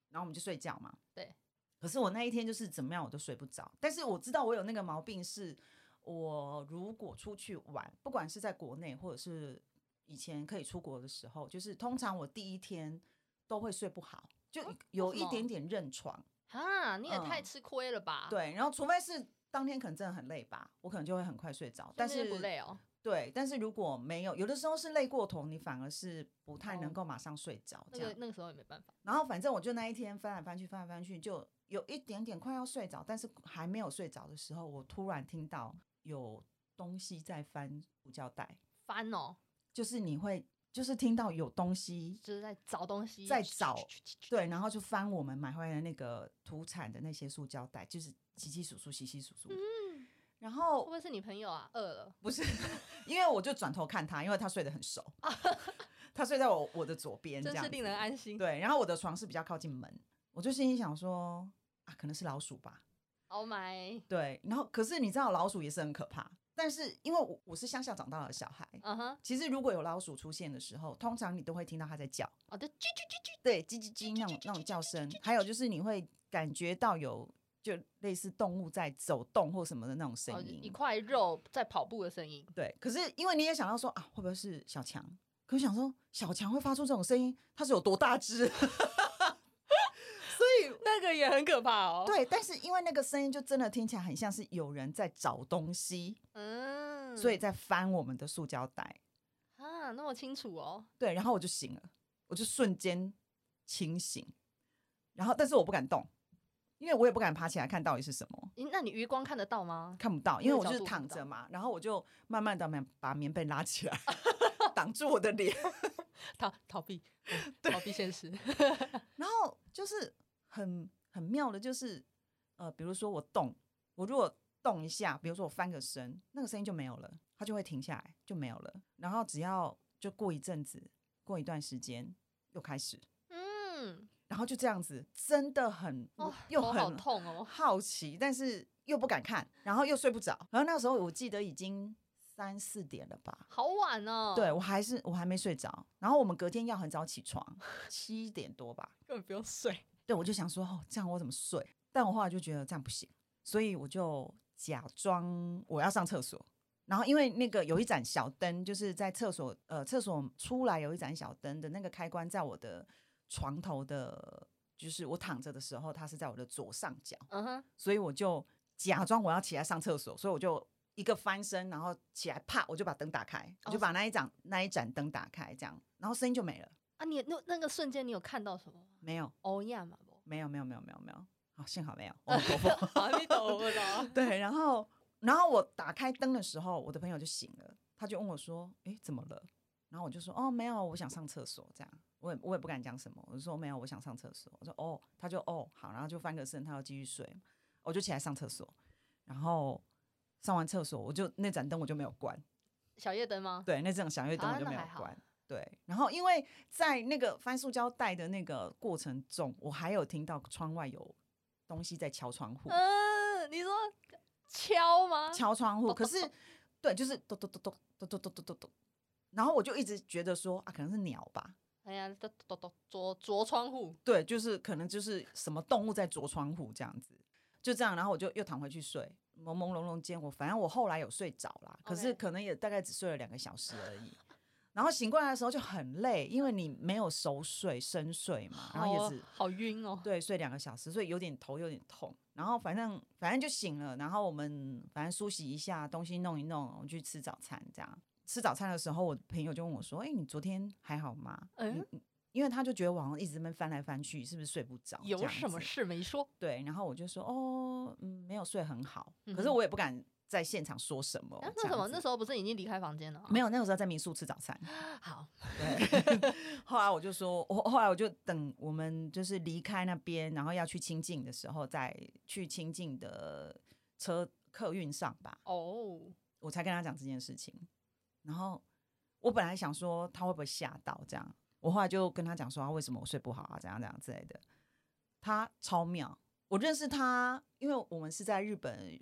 Speaker 1: 然后我们就睡觉嘛。
Speaker 2: 对。
Speaker 1: 可是我那一天就是怎么样我都睡不着，但是我知道我有那个毛病是，我如果出去玩，不管是在国内或者是以前可以出国的时候，就是通常我第一天都会睡不好，就有
Speaker 2: 啊为
Speaker 1: 一
Speaker 2: 什么
Speaker 1: 点点认床。
Speaker 2: 哈，你也太
Speaker 1: 嗯
Speaker 2: 吃亏了吧？，
Speaker 1: 对，然后除非是当天可能真的很累吧，我可能就会很快睡着，但是
Speaker 2: 不累哦，
Speaker 1: 对，但是如果没有，有的时候是累过头，你反而是不太能
Speaker 2: 哦
Speaker 1: 够马上睡着这
Speaker 2: 那
Speaker 1: 样。
Speaker 2: 个那个时候也没办法。
Speaker 1: 然后反正我就那一天翻来翻去，翻来翻去，就有一点点快要睡着，但是还没有睡着的时候，我突然听到有东西在翻塑胶袋，
Speaker 2: 翻哦，
Speaker 1: 就是你会就是听到有东西
Speaker 2: 就是在找东西，
Speaker 1: 在找，对，然后就翻我们买回来的那个土产的那些塑胶袋，就是稀稀疏疏，稀稀疏疏。
Speaker 2: 嗯，
Speaker 1: 然
Speaker 2: 会
Speaker 1: 后
Speaker 2: 不会是你朋友啊？饿了，
Speaker 1: 不是，因为我就转头看他，因为他睡得很熟， 他睡在我我的左边，这
Speaker 2: 真
Speaker 1: 样
Speaker 2: 是令
Speaker 1: 子
Speaker 2: 人安心。
Speaker 1: 对。然后我的床是比较靠近门，我就心里想说啊，可能是老鼠吧，
Speaker 2: Oh my，
Speaker 1: 对。然后可是你知道老鼠也是很可怕，但是因为我我是乡下长大的小孩，
Speaker 2: 嗯哼，
Speaker 1: 其实如果有老鼠出现的时候，通常你都会听到它在叫，
Speaker 2: 哦对，啾啾啾啾，
Speaker 1: 对，叽叽叽那种那种叫声，还有就是你会感觉到有。就类似动物在走动或什么的那种
Speaker 2: 哦
Speaker 1: 声音，
Speaker 2: 一块肉在跑步的声音，
Speaker 1: 对，可是因为你也想到说啊，会不会是小强？可是想说小强会发出这种声音，它是有多大只？
Speaker 2: 那个也很可怕哦。，
Speaker 1: 对，但是因为那个声音就真的听起来很像是有人在找东西，
Speaker 2: 嗯，
Speaker 1: 所以在翻我们的塑胶袋。
Speaker 2: 啊，那么清楚哦，
Speaker 1: 对，然后我就醒了，我就瞬间清醒，然后但是我不敢动，因为我也不敢爬起来看到底是什么。
Speaker 2: 咦那你余光看得到吗？
Speaker 1: 看不到，因为
Speaker 2: 那个
Speaker 1: 我就
Speaker 2: 角
Speaker 1: 是
Speaker 2: 度看
Speaker 1: 躺
Speaker 2: 不
Speaker 1: 着
Speaker 2: 到
Speaker 1: 嘛，然后我就慢慢的把棉被拉起来， 挡住我的脸，
Speaker 2: 逃逃避，嗯 逃避现实。
Speaker 1: 然后就是很很妙的，就是呃，比如说我动，我如果动一下，比如说我翻个身，那个声音就没有了，它就会停下来，就没有了。然后只要就过一阵子，过一段时间又开始，
Speaker 2: 嗯，
Speaker 1: 然后就这样子，真的很、
Speaker 2: 哦，
Speaker 1: 又
Speaker 2: 头好
Speaker 1: 很
Speaker 2: 痛哦。
Speaker 1: 好奇，但是又不敢看，然后又睡不着。然后那时候我记得已经三四点了吧。
Speaker 2: 好晚哦，
Speaker 1: 对，我还是我还没睡着，然后我们隔天要很早起床，七点多吧，
Speaker 2: 根本不用睡。
Speaker 1: 对，我就想说，哦，这样我怎么睡？但我后来就觉得这样不行，所以我就假装我要上厕所。然后因为那个有一盏小灯，就是在厕所，呃，厕所出来有一盏小灯的那个开关，在我的床头的，就是我躺着的时候，它是在我的左上角，
Speaker 2: 嗯哼，
Speaker 1: 所以我就假装我要起来上厕所，所以我就一个翻身，然后起来，啪，我就把灯打开，我就
Speaker 2: 哦
Speaker 1: 把那一盏那一盏灯打开，这样，然后声音就没了，
Speaker 2: 啊，你那那个瞬间你有看到什么吗？
Speaker 1: 没有，
Speaker 2: 哦呀嘛 不，
Speaker 1: 没有，没有，没有，没有，没有，好，幸好没有，我很佛。
Speaker 2: 阿弥陀佛的。哦
Speaker 1: 对，然后然后我打开灯的时候，我的朋友就醒了，他就问我说：“诶，怎么了？”然后我就说：“哦，没有，我想上厕所。”这样，我也我也不敢讲什么，我就说：“没有，我想上厕所。”我说：“哦。”他就哦好，然后就翻个身，他要继续睡，我就起来上厕所，然后。上完厕所，我就那盏灯我就没有关，
Speaker 2: 小夜灯吗？
Speaker 1: 对，那盏小夜灯
Speaker 2: 啊
Speaker 1: 我就
Speaker 2: 那
Speaker 1: 没有
Speaker 2: 还好
Speaker 1: 关，对。然后因为在那个翻塑胶袋的那个过程中，我还有听到窗外有东西在敲窗户，
Speaker 2: 嗯，你说敲吗？
Speaker 1: 敲窗户，
Speaker 2: 啊咚
Speaker 1: 可
Speaker 2: 咚
Speaker 1: 是对，就是咚咚咚咚咚咚咚咚咚咚，然后我就一直觉得说啊，可能是鸟吧，
Speaker 2: 哎呀，咚咚咚，啄啄窗户。
Speaker 1: 对，就是可能就是什么动物在啄窗户这样子，就这样，然后我就又躺回去睡，朦朦胧胧间，我反正我后来有睡着啦，可是
Speaker 2: OK
Speaker 1: 可能也大概只睡了两个小时而已。然后醒过来的时候就很累，因为你没有熟睡、深睡嘛，然后也
Speaker 2: 好
Speaker 1: 是
Speaker 2: 好晕哦。
Speaker 1: 对，睡两个小时，所以有点头有点痛。然后反正反正就醒了，然后我们反正梳洗一下，东西弄一弄，我们去吃早餐。这样吃早餐的时候，我朋友就问我说：“哎、你昨天还好吗？”
Speaker 2: 嗯，
Speaker 1: 因为他就觉得晚上一直在那边翻来翻去，是不是睡不着？这
Speaker 2: 有
Speaker 1: 样
Speaker 2: 什么
Speaker 1: 子
Speaker 2: 事没说？
Speaker 1: 对，然后我就说：“哦，嗯，没有睡很好。”可是
Speaker 2: 嗯哼
Speaker 1: 我也不敢在现场说什么
Speaker 2: 啊。
Speaker 1: 哦这
Speaker 2: 那什么？
Speaker 1: 样子
Speaker 2: 那时候不是已经离开房间了吗？
Speaker 1: 没有，那个时候在民宿吃早餐。
Speaker 2: 好，
Speaker 1: 对， 后来我就说，我后来我就等我们就是离开那边，然后要去清境的时候，再去清境的车客运上吧，
Speaker 2: 哦，
Speaker 1: 我才跟他讲这件事情。然后我本来想说他会不会吓到这样，我后来就跟他讲说，啊为什么我睡不好啊，怎样怎样之类的。他超妙，我认识他，因为我们是在日本。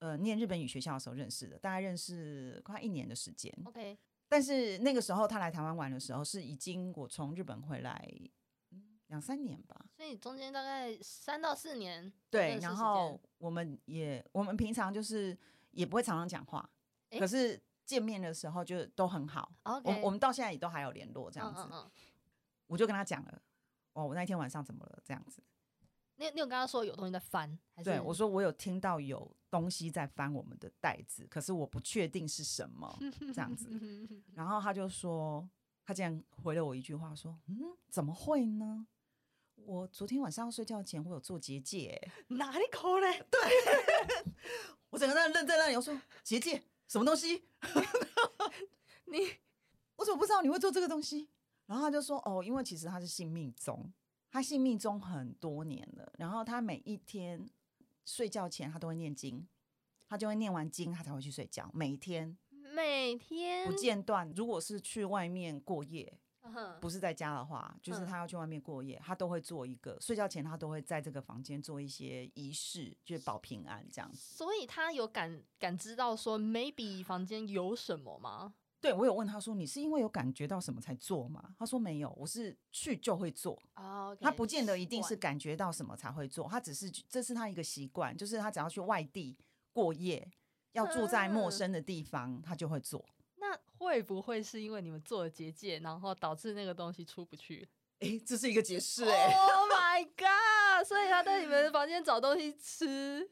Speaker 1: 呃，念日本语学校的时候认识的，大概认识快一年的时间。
Speaker 2: OK，
Speaker 1: 但是那个时候他来台湾玩的时候，是已经我从日本回来嗯两三年吧。
Speaker 2: 所以中间大概三到四年的认
Speaker 1: 对，
Speaker 2: 识
Speaker 1: 然
Speaker 2: 时
Speaker 1: 后
Speaker 2: 间
Speaker 1: 我们也我们平常就是也不会常常讲话，
Speaker 2: 诶
Speaker 1: 可是见面的时候就都很好。我
Speaker 2: OK，
Speaker 1: 我们到现在也都还有联络这样子。
Speaker 2: 嗯嗯嗯，
Speaker 1: 我就跟他讲了，哦，我那天晚上怎么了这样子。
Speaker 2: 你你有跟他说有东西在翻，还是
Speaker 1: 对我说，我有听到有东西在翻我们的袋子，可是我不确定是什 么这样
Speaker 2: 嗯
Speaker 1: 子。 然后他就说，他竟然回了我一句话说：“嗯，怎么会呢？我昨天晚上睡觉前我有做结界欸、
Speaker 2: 哪里抠嘞？
Speaker 1: 我整个人愣在那里，我说结界什么东西？
Speaker 2: 你
Speaker 1: 我怎么不知道你会做这个东西？”然后他就说：“哦，因为其实他是信命宗，他信命宗很多年了，然后他每一天睡觉前他都会念经。”他就会念完经，他才会去睡觉。每天
Speaker 2: 每天
Speaker 1: 不间断。如果是去外面过夜，
Speaker 2: 嗯哼
Speaker 1: 不是在家的话，就是
Speaker 2: 嗯
Speaker 1: 他要去外面过夜，他都会做一个睡觉前，他都会在这个房间做一些仪式，就是保平安这样子。
Speaker 2: 所以他有感感知到说 maybe 房间有什么吗？
Speaker 1: 对我有问他说：“你是因为有感觉到什么才做吗？”他说：“没有，我是去就会做。”
Speaker 2: 啊，OK，
Speaker 1: 他不见得一定是
Speaker 2: 习惯
Speaker 1: 感觉到什么才会做，他只是这是他一个习惯，就是他只要去外地过夜，要住在陌
Speaker 2: 嗯
Speaker 1: 生的地方，他就会做。
Speaker 2: 那会不会是因为你们做了结界，然后导致那个东西出不去
Speaker 1: 诶，这是一个解 释诶。
Speaker 2: ？Oh my god！所以他在你们房间找东西吃，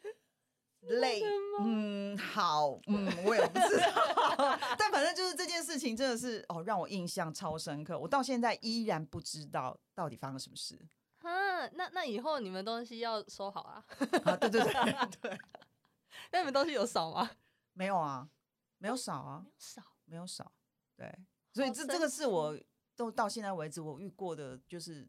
Speaker 1: 累，嗯，好，嗯，我也不知道， 但反正就是这件事情真的是哦，让我印象超深刻，我到现在依然不知道到底发生什么事
Speaker 2: 哈，那那以后你们东西要收好啊。
Speaker 1: 啊！对对对 对，
Speaker 2: 那你们东西有少吗？
Speaker 1: 没有啊，没有少啊，
Speaker 2: 少。
Speaker 1: 没有少，对，所以
Speaker 2: 好
Speaker 1: 这
Speaker 2: 神
Speaker 1: 这个是我都到现在为止我遇过的，就是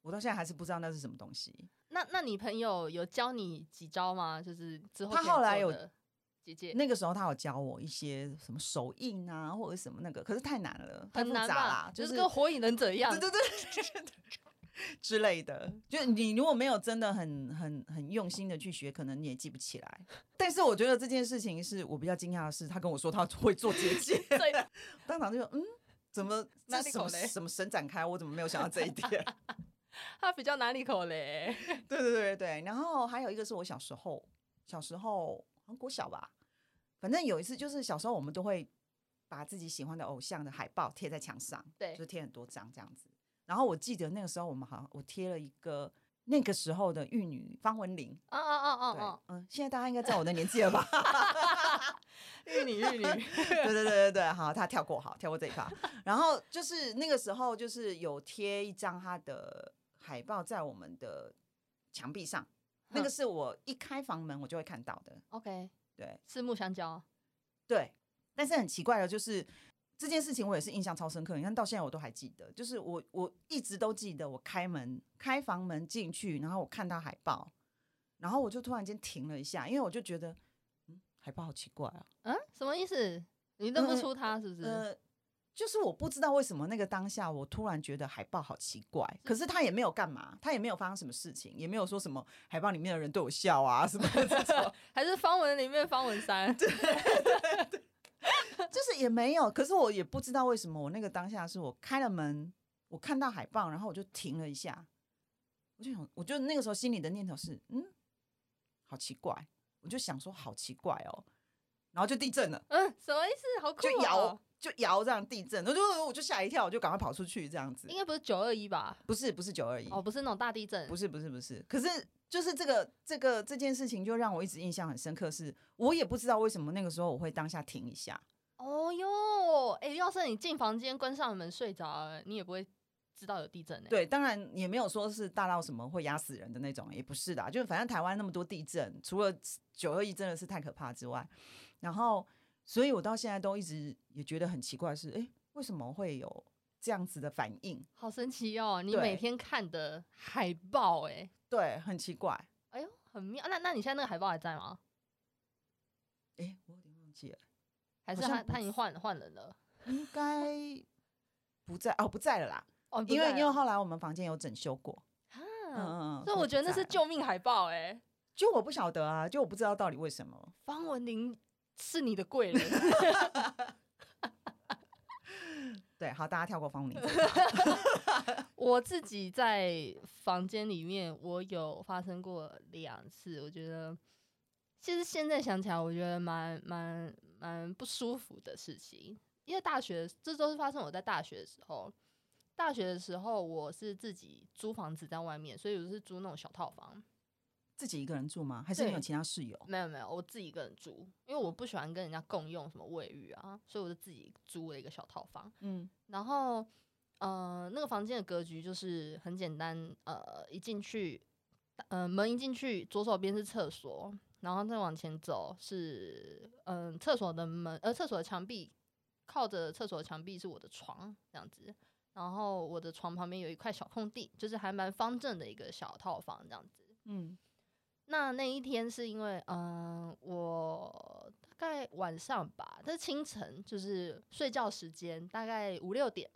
Speaker 1: 我到现在还是不知道那是什么东西。
Speaker 2: 那那你朋友有教你几招吗？就是之后
Speaker 1: 他后来有
Speaker 2: 姐姐
Speaker 1: 那个时候他有教我一些什么手印啊，或者什么那个，可是太难了，太
Speaker 2: 很
Speaker 1: 复
Speaker 2: 难
Speaker 1: 杂
Speaker 2: 吧
Speaker 1: 啦，？就是
Speaker 2: 是跟火影忍者一样，
Speaker 1: 对对对 之类的。就你如果没有真的很很很用心的去学，可能你也记不起来。但是我觉得这件事情是我比较惊讶的是，他跟我说他会做结界，
Speaker 2: 所以
Speaker 1: 当场就嗯，怎么
Speaker 2: 哪
Speaker 1: 那
Speaker 2: 里
Speaker 1: 什么
Speaker 2: 口嘞
Speaker 1: 什么神展开，我怎么没有想到这一点？
Speaker 2: 他比较哪里口嘞？
Speaker 1: 对对对对对。然后还有一个是我小时候，小时候好像国小吧，反正有一次就是小时候我们都会把自己喜欢的偶像的海报贴在墙上，
Speaker 2: 对
Speaker 1: 就贴很多张这样子。然后我记得那个时候我们好像我贴了一个那个时候的玉女方文玲，
Speaker 2: 哦哦
Speaker 1: 对，
Speaker 2: 哦
Speaker 1: 嗯，现在大家应该知道我的年纪了吧？
Speaker 2: 哦哦，玉女玉 女，
Speaker 1: 对对对对对，好，他跳过好，跳过这一趴。然后就是那个时候就是有贴一张他的海报在我们的墙壁上，那个
Speaker 2: 哼
Speaker 1: 是我一开房门我就会看到的，
Speaker 2: OK，
Speaker 1: 对。
Speaker 2: 四目相交，
Speaker 1: 对，但是很奇怪的就是这件事情，我也是印象超深刻。你看到现在我都还记得，就是我我一直都记得，我开门开房门进去，然后我看到海报，然后我就突然间停了一下，因为我就觉得，嗯，海报好奇怪啊，
Speaker 2: 嗯，什么意思？你认不
Speaker 1: 嗯
Speaker 2: 出他是不是？
Speaker 1: 呃。就是我不知道为什么那个当下，我突然觉得海报好奇怪，可是他也没有干嘛，他也没有发生什么事情，也没有说什么海报里面的人对我笑啊什么的这种，
Speaker 2: 还是方文里面方文 山？
Speaker 1: 就是也没有，可是我也不知道为什么，我那个当下是我开了门，我看到海报，然后我就停了一下，我就想，我就那个时候心里的念头是，嗯，好奇怪，我就想说好奇怪哦，然后就地震了，
Speaker 2: 嗯，什么意思？好酷、
Speaker 1: 就
Speaker 2: 哦！
Speaker 1: 摇就摇这样地震，我就我就吓一跳，我就赶快跑出去这样子
Speaker 2: 应，该不是九二一吧？
Speaker 1: 不是不是九二一，
Speaker 2: 哦，不是那种大地震，
Speaker 1: 不是不是不是，可是就是这个这个这件事情就让我一直印象很深刻是，我也不知道为什么那个时候我会当下停一下。
Speaker 2: 哦哟，哎、要是你进房间关上门睡着了，你也不会知道有地震呢、
Speaker 1: 对，当然也没有说是大到什么会压死人的那种，也不是的啊，就是反正台湾那么多地震，除了九二一真的是太可怕之外，然后，所以我到现在都一直也觉得很奇怪是，诶为什么会有这样子的反应？
Speaker 2: 好神奇哦！你每
Speaker 1: 对
Speaker 2: 天看的海报、哎，
Speaker 1: 对，很奇怪。
Speaker 2: 哎呦，很妙。那那你现在那个海报还在吗？
Speaker 1: 诶，我有点忘记了，
Speaker 2: 还是
Speaker 1: 好像
Speaker 2: 他
Speaker 1: 不
Speaker 2: 他已经换换人了？
Speaker 1: 应该不在哦，不在了啦，
Speaker 2: 哦，不
Speaker 1: 因为
Speaker 2: 在
Speaker 1: 因为
Speaker 2: 了
Speaker 1: 后来我们房间有整修过，嗯
Speaker 2: 啊，
Speaker 1: 嗯嗯，
Speaker 2: 所以我
Speaker 1: 不
Speaker 2: 觉得那
Speaker 1: 在
Speaker 2: 是
Speaker 1: 了
Speaker 2: 救命海报、哎，
Speaker 1: 就我不晓得啊，就我不知道到底为什么。
Speaker 2: 方文琳是你的贵人。
Speaker 1: 对，好，大家跳过方玲这一 趴，
Speaker 2: 我自己在房间里面，我有发生过两次，我觉得其实现在想起来，我觉得蛮蛮蛮不舒服的事情。因为大学，这都是发生我在大学的时候。大学的时候，我是自己租房子在外面，所以我是租那种小套房。
Speaker 1: 自己一个人住吗？还是你有
Speaker 2: 对
Speaker 1: 其他室友？
Speaker 2: 没有没有，我自己一个人住，因为我不喜欢跟人家共用什么卫浴啊，所以我就自己租了一个小套房。
Speaker 1: 嗯，
Speaker 2: 然后，呃，那个房间的格局就是很简单，呃，一进去，呃，门一进去，左手边是厕所，然后再往前走是，嗯、厕所的门，呃，厕所的墙壁靠着厕所的墙壁是我的床，这样子。然后我的床旁边有一块小空地，就是还蛮方正的一个小套房这样子。
Speaker 1: 嗯，
Speaker 2: 那那一天是因为，嗯、我大概晚上吧，但是清晨就是睡觉时间，大概五六点。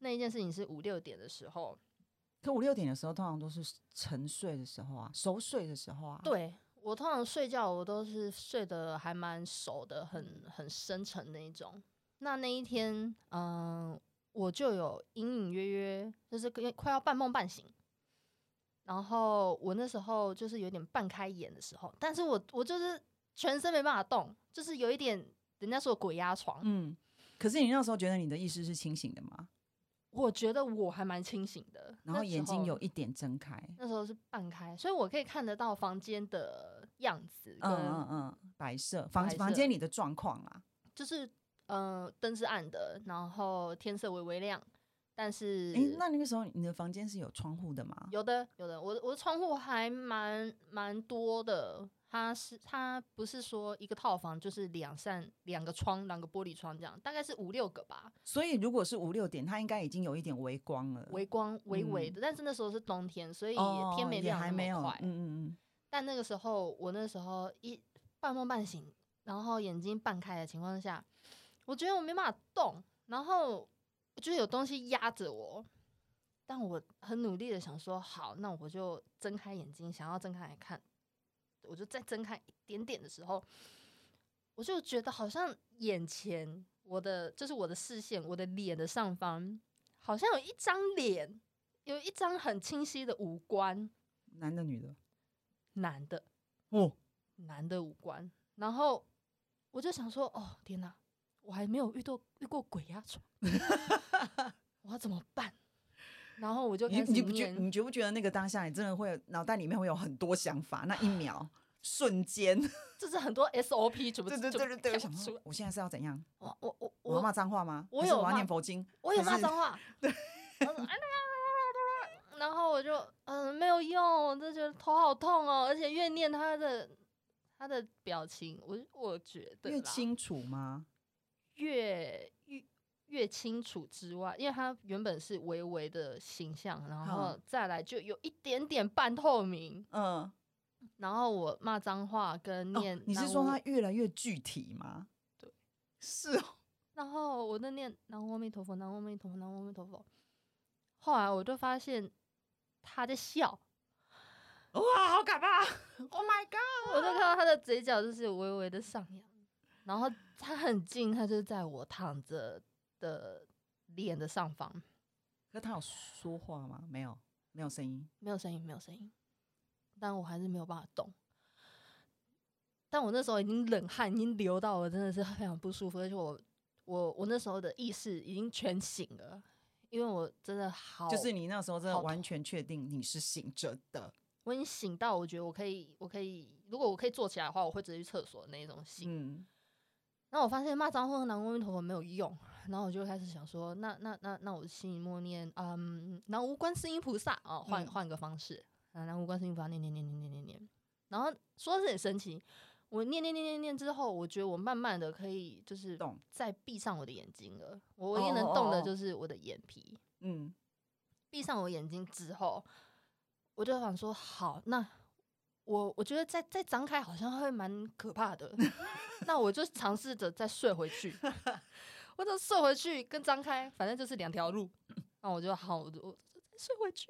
Speaker 2: 那一件事情是五六点的时候，
Speaker 1: 可五六点的时候，通常都是沉睡的时候啊，熟睡的时候啊。，
Speaker 2: 对我通常睡觉我都是睡得还蛮熟的，
Speaker 1: 嗯
Speaker 2: 很很深沉那一种。那那一天，嗯、我就有隐隐约约，就是跟快要半梦半醒。然后我那时候就是有点半开眼的时候，但是我我就是全身没办法动，就是有一点人家说鬼压床，
Speaker 1: 嗯。可是你那时候觉得你的意识是清醒的吗？
Speaker 2: 我觉得我还蛮清醒的，
Speaker 1: 然后
Speaker 2: 那时
Speaker 1: 眼睛
Speaker 2: 候
Speaker 1: 有一点睁开。
Speaker 2: 那时候是半开，所以我可以看得到房间的样子
Speaker 1: 嗯
Speaker 2: 跟
Speaker 1: 嗯嗯，白色房
Speaker 2: 白
Speaker 1: 房
Speaker 2: 色
Speaker 1: 间里的状况啦。
Speaker 2: 就是呃灯是暗的，然后天色微微亮，但是
Speaker 1: 诶，那那个时候你的房间是有窗户的吗？
Speaker 2: 有的有的，我我的窗户还蛮蛮多的，它是它不是说一个套房就是两扇两个窗两个玻璃窗这样，大概是五六个吧，
Speaker 1: 所以如果是五六点，它应该已经有一点微光了。
Speaker 2: 微光微微
Speaker 1: 嗯
Speaker 2: 的，但是那时候是冬天，所以
Speaker 1: 哦，
Speaker 2: 天没
Speaker 1: 也
Speaker 2: 亮
Speaker 1: 还
Speaker 2: 那
Speaker 1: 没有。
Speaker 2: 么快，
Speaker 1: 嗯嗯嗯。
Speaker 2: 但那个时候，我那时候一半梦半醒，然后眼睛半开的情况下，我觉得我没办法动，然后我觉得有东西压着我，但我很努力的想说，好，那我就睁开眼睛，想要睁开来看，我就再睁开一点点的时候，我就觉得好像眼前我的就是我的视线，我的脸的上方好像有一张脸，有一张很清晰的五官，
Speaker 1: 男的女的？
Speaker 2: 男的。
Speaker 1: 哦，
Speaker 2: 男的五官，然后我就想说，哦天哪，我还没有遇到遇过鬼压床， 我要怎么办？然后我就
Speaker 1: 你
Speaker 2: 开始
Speaker 1: 你不觉
Speaker 2: 念，
Speaker 1: 你觉不觉得那个当下你真的会脑袋里面会有很多想法？那一
Speaker 2: 啊
Speaker 1: 秒 瞬间，
Speaker 2: 就是很多 SOP 怎么
Speaker 1: 对对
Speaker 2: 怎
Speaker 1: 对
Speaker 2: 么
Speaker 1: 对对，我
Speaker 2: 跳
Speaker 1: 想
Speaker 2: 出
Speaker 1: 说
Speaker 2: 来
Speaker 1: 我现在是要怎样？
Speaker 2: 我我我
Speaker 1: 我要
Speaker 2: 我
Speaker 1: 骂脏话吗？
Speaker 2: 我
Speaker 1: 还是
Speaker 2: 有
Speaker 1: 我要
Speaker 2: 骂
Speaker 1: 念佛经，
Speaker 2: 我有
Speaker 1: 还
Speaker 2: 骂
Speaker 1: 是
Speaker 2: 脏话，然后然后我就嗯、没有用，我就觉得头好痛哦，而且越念他的他的表情，我我觉 得
Speaker 1: 越
Speaker 2: 啦
Speaker 1: 清楚吗？
Speaker 2: 越越越清楚之外，因为它原本是微微的形象，然后再来就有一点点半透明。
Speaker 1: 嗯，
Speaker 2: 然后我骂脏话跟
Speaker 1: 哦
Speaker 2: 念、
Speaker 1: 你是说它？越来越具体吗？
Speaker 2: 对，
Speaker 1: 是哦，
Speaker 2: 然后我在念南无阿弥陀佛，南无阿弥陀佛，南无阿弥陀佛。后来我就发现他在笑，
Speaker 1: 哇，好可 怕！Oh my god！
Speaker 2: 我就看到他的嘴角就是微微的上扬，然后他很近，他就在我躺着的脸的上方，
Speaker 1: 可他有说话吗？没有，没有声音。
Speaker 2: 没有声音，没有声音，但我还是没有办法动。但我那时候已经冷汗已经流到我真的是非常不舒服，而且我我我那时候的意识已经全醒了，因为我真的好，
Speaker 1: 就是你那时候真的
Speaker 2: 哦好痛
Speaker 1: 完全确定你是醒着的。
Speaker 2: 我已经醒到我觉得我可以，我可以，如果我可以坐起来的话，我会直接去厕所的那一种醒。
Speaker 1: 嗯，
Speaker 2: 然后我发现骂脏话和南无阿弥陀佛没有用，然后我就开始想说，那那那那我心里默念，嗯，南无观世音菩萨哦，换
Speaker 1: 嗯
Speaker 2: 换个方式，啊，南无观世音菩萨念念念念念念念，然后说是很神奇，我念念念念念之后，我觉得我慢慢的可以就是
Speaker 1: 懂
Speaker 2: 再闭上我的眼睛了，我唯一
Speaker 1: 哦
Speaker 2: 能
Speaker 1: 哦
Speaker 2: 动
Speaker 1: 哦
Speaker 2: 的就是我的眼皮，
Speaker 1: 嗯，
Speaker 2: 闭上我眼睛之后，我就想说，好，那我我觉得再再张开好像会蛮可怕的， 那我就尝试着再睡回去， 我就睡回去跟张开，反正就是两条路。那我就好，我就我就再睡回去。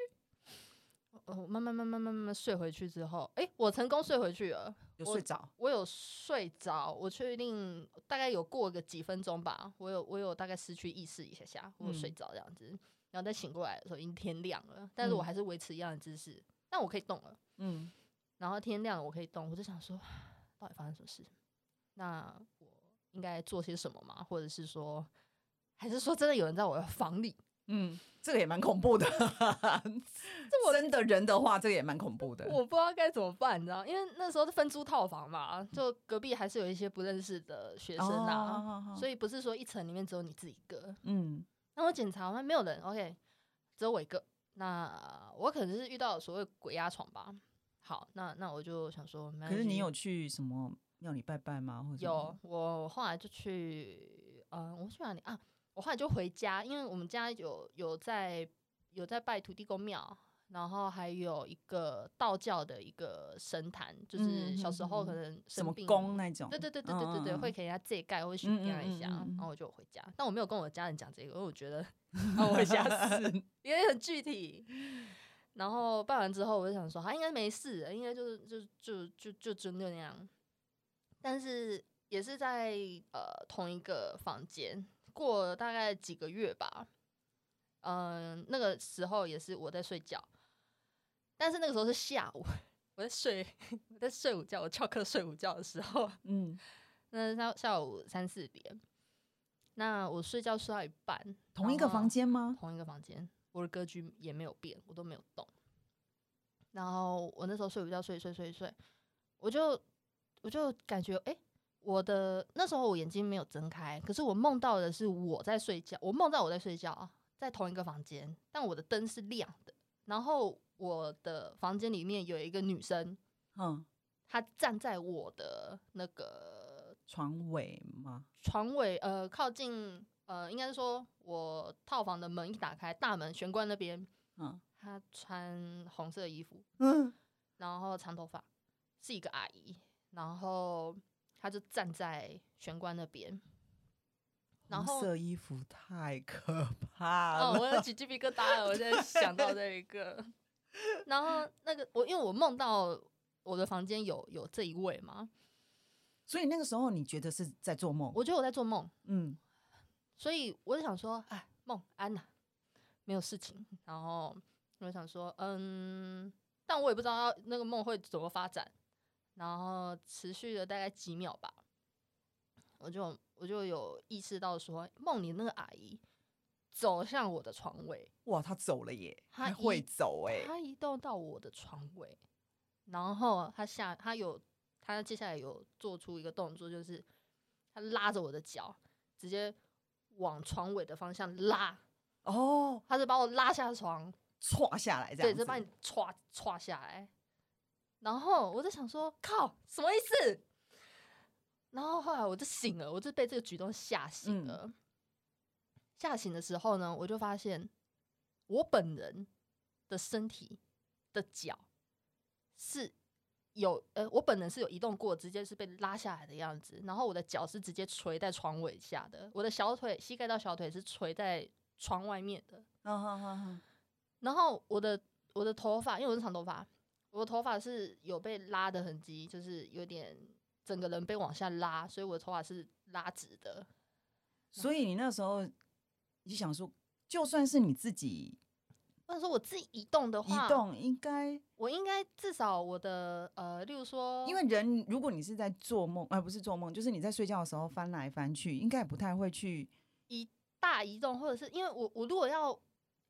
Speaker 2: 我我慢慢慢慢慢慢睡回去之后，诶、我成功睡回去了。
Speaker 1: 有
Speaker 2: 我
Speaker 1: 睡着，
Speaker 2: 我有睡着，我确定大概有过个几分钟吧，我有我有大概失去意识一下下，我有睡
Speaker 1: 嗯
Speaker 2: 着这样子，然后再醒过来的时候已经天亮了，但是我
Speaker 1: 嗯
Speaker 2: 还是维持一样的姿势，但我可以动了，
Speaker 1: 嗯，
Speaker 2: 然后天亮了我可以动，我就想说到底发生什么事？那我应该做些什么吗？或者是说，还是说真的有人在我的房里？
Speaker 1: 嗯，这个也蛮恐怖 的。这
Speaker 2: 我
Speaker 1: 真的人的话，这个也蛮恐怖的。
Speaker 2: 我不知道该怎么办，你知道，因为那时候是分租套房嘛，就隔壁还是有一些不认识的学生啊。
Speaker 1: 哦
Speaker 2: 所以不是说一层里面只有你自己一个，
Speaker 1: 嗯
Speaker 2: 那我检查完没有人，OK，只有我一个。那我可能是遇到所谓鬼压床吧。好，那那我就想说，没
Speaker 1: 可是
Speaker 2: 关
Speaker 1: 你
Speaker 2: 系
Speaker 1: 有去什么庙里拜拜吗？或者什
Speaker 2: 有
Speaker 1: 么
Speaker 2: 我后来就去，嗯，我去哪里啊？我后来就回家，因为我们家有有在有在拜土地公庙，然后还有一个道教的一个神坛，就是小时候可
Speaker 1: 嗯嗯
Speaker 2: 能
Speaker 1: 什
Speaker 2: 生
Speaker 1: 么
Speaker 2: 病啊
Speaker 1: 宫那种？
Speaker 2: 对对对对对对对，
Speaker 1: 嗯
Speaker 2: 会。给人家借盖或者询价一下，
Speaker 1: 嗯嗯嗯嗯嗯
Speaker 2: 然后我就回家，但我没有跟我家人讲这个，因为我觉 得啊我会吓死，因为很具体。然后办完之后，我就想说，啊他应该没事，应该就是就就就就就那样。但是也是在呃同一个房间，过了大概几个月吧。嗯、那个时候也是我在睡觉，但是那个时候是下午， 我在睡 我在睡午觉，我翘课睡午觉的时候，
Speaker 1: 嗯，嗯
Speaker 2: 那到下午三四点，那我睡觉睡到一半，
Speaker 1: 同一个
Speaker 2: 然后
Speaker 1: 房，间 吗？
Speaker 2: 同一个房间，我的格局也没有变，我都没有动。然后我那时候睡午觉，睡睡睡睡，我就我就感觉，诶，我的那时候我眼睛没有睁开，可是我梦到的是我在睡觉，我梦到我在睡觉，啊在同一个房间，但我的灯是亮的，然后我的房间里面有一个女生，
Speaker 1: 嗯，
Speaker 2: 她站在我的那个
Speaker 1: 床尾吗？
Speaker 2: 床尾呃靠近呃，应该是说我套房的门一打开，大门玄关那边，
Speaker 1: 嗯
Speaker 2: 她穿红色衣服，
Speaker 1: 嗯，
Speaker 2: 然后长头发，是一个阿姨，然后她就站在玄关那边，然
Speaker 1: 红
Speaker 2: 后
Speaker 1: 色衣服太可怕
Speaker 2: 哦，
Speaker 1: 了。
Speaker 2: 我有起鸡皮疙瘩了，我现在想到这一个， 然后那个我因为我梦到我的房间有有这一位嘛，
Speaker 1: 所以那个时候你觉得是在做梦？
Speaker 2: 我觉得我在做梦，
Speaker 1: 嗯
Speaker 2: 所以我就想说，哎，梦安呐，没有事情。然后我就想说，嗯，但我也不知道那个梦会怎么发展。然后持续了大概几秒吧，我就我就有意识到说，梦里那个阿姨走向我的床尾，
Speaker 1: 哇，他走了耶，
Speaker 2: 他
Speaker 1: 还
Speaker 2: 一
Speaker 1: 会走哎。
Speaker 2: 她移动到我的床尾，然后她下她有她接下来有做出一个动作，就是她拉着我的脚，直接往床尾的方向拉，
Speaker 1: 哦，
Speaker 2: 她是把我拉下床，
Speaker 1: 歘下来这
Speaker 2: 对，
Speaker 1: 样
Speaker 2: 就
Speaker 1: 子。
Speaker 2: 把你歘歘下来。然后我在想说，靠，什么意思？然后后来我就醒了，我就被这个举动吓醒
Speaker 1: 嗯
Speaker 2: 了。吓醒的时候呢，我就发现我本人的身体的脚是有呃，我本人是有移动过，直接是被拉下来的样子。然后我的脚是直接垂在床尾下的，我的小腿膝盖到小腿是垂在床外面的。
Speaker 1: 嗯哼哼哼
Speaker 2: 然后我的我的头发，因为我是长头发，我的头发是有被拉的痕迹，就是有点整个人被往下拉，所以我的头发是拉直的。
Speaker 1: 所以你那时候你想说，就算是你自己
Speaker 2: 或者说我自己移动的
Speaker 1: 移
Speaker 2: 话，
Speaker 1: 动，应该
Speaker 2: 我应该至少我的呃，例如说，
Speaker 1: 因为人如果你是在做梦，呃而、不是做梦，就是你在睡觉的时候翻来翻去，应该也不太会去。
Speaker 2: 大移动，或者是因为我我如果要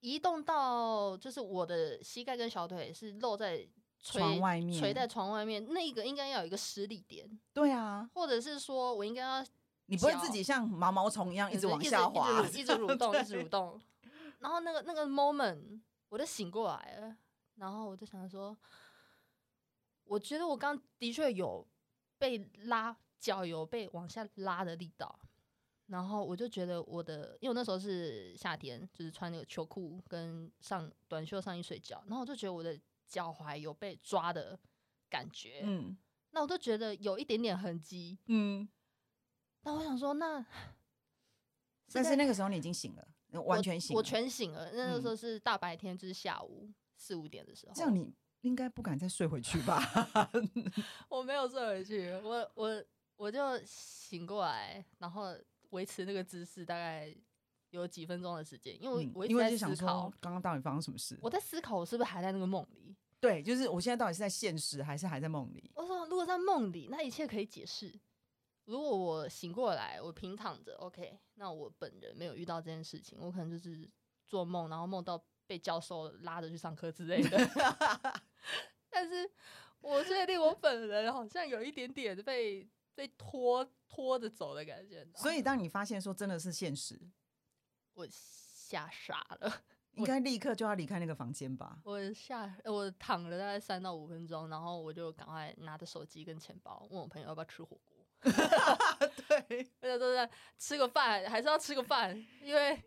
Speaker 2: 移动到就是我的膝盖跟小腿是露在垂
Speaker 1: 床外面
Speaker 2: 垂在床外面，那一个应该要有一个施力点，
Speaker 1: 对啊，
Speaker 2: 或者是说我应该要
Speaker 1: 你不会
Speaker 2: 脚
Speaker 1: 自己像毛毛虫一样一直
Speaker 2: 就是
Speaker 1: 往下滑，
Speaker 2: 一直一 直蠕动，一直蠕动。然后那个那个 moment，我就醒过来了，然后我就想说，我觉得我刚的确有被拉脚有被往下拉的力道，然后我就觉得我的，因为我那时候是夏天，就是穿那个秋裤跟上短袖上衣睡觉，然后我就觉得我的脚踝有被抓的感觉，
Speaker 1: 嗯
Speaker 2: 那我就觉得有一点点痕迹，
Speaker 1: 嗯。
Speaker 2: 那我想说那。
Speaker 1: 但是
Speaker 2: 在
Speaker 1: 那个时候你已经醒了，呃完全醒了。
Speaker 2: 我，我全醒了。那个时
Speaker 1: 嗯
Speaker 2: 候是大白天，就是下午四五点的时候。
Speaker 1: 这样你应该不敢再睡回去吧？
Speaker 2: 我没有睡回去，我我我就醒过来，然后维持那个姿势大概有几分钟的时间，因为
Speaker 1: 嗯
Speaker 2: 我我一
Speaker 1: 因
Speaker 2: 直
Speaker 1: 为
Speaker 2: 在
Speaker 1: 就想
Speaker 2: 思考
Speaker 1: 说，，刚刚到底发生什么事？
Speaker 2: 我在思考我是不是还在那个梦里。
Speaker 1: 对，就是我现在到底是在现实还是还在梦里？
Speaker 2: 我说，如果在梦里，那一切可以解释。如果我醒过来，我平躺着，OK，那我本人没有遇到这件事情，我可能就是做梦，然后梦到被教授拉着去上课之类的。 但是我确定我本人好像有一点点被被拖拖着走的感觉，
Speaker 1: 所
Speaker 2: 以
Speaker 1: 以当你发现说真的是现实，
Speaker 2: 我吓傻了，
Speaker 1: 应该立刻就要离开那个房间吧？
Speaker 2: 我吓，呃我躺了大概三到五分钟，然后我就赶快拿着手机跟钱包，问我朋友要不要吃火锅。
Speaker 1: 对，
Speaker 2: 大家都在吃个饭，还是要吃个饭，因为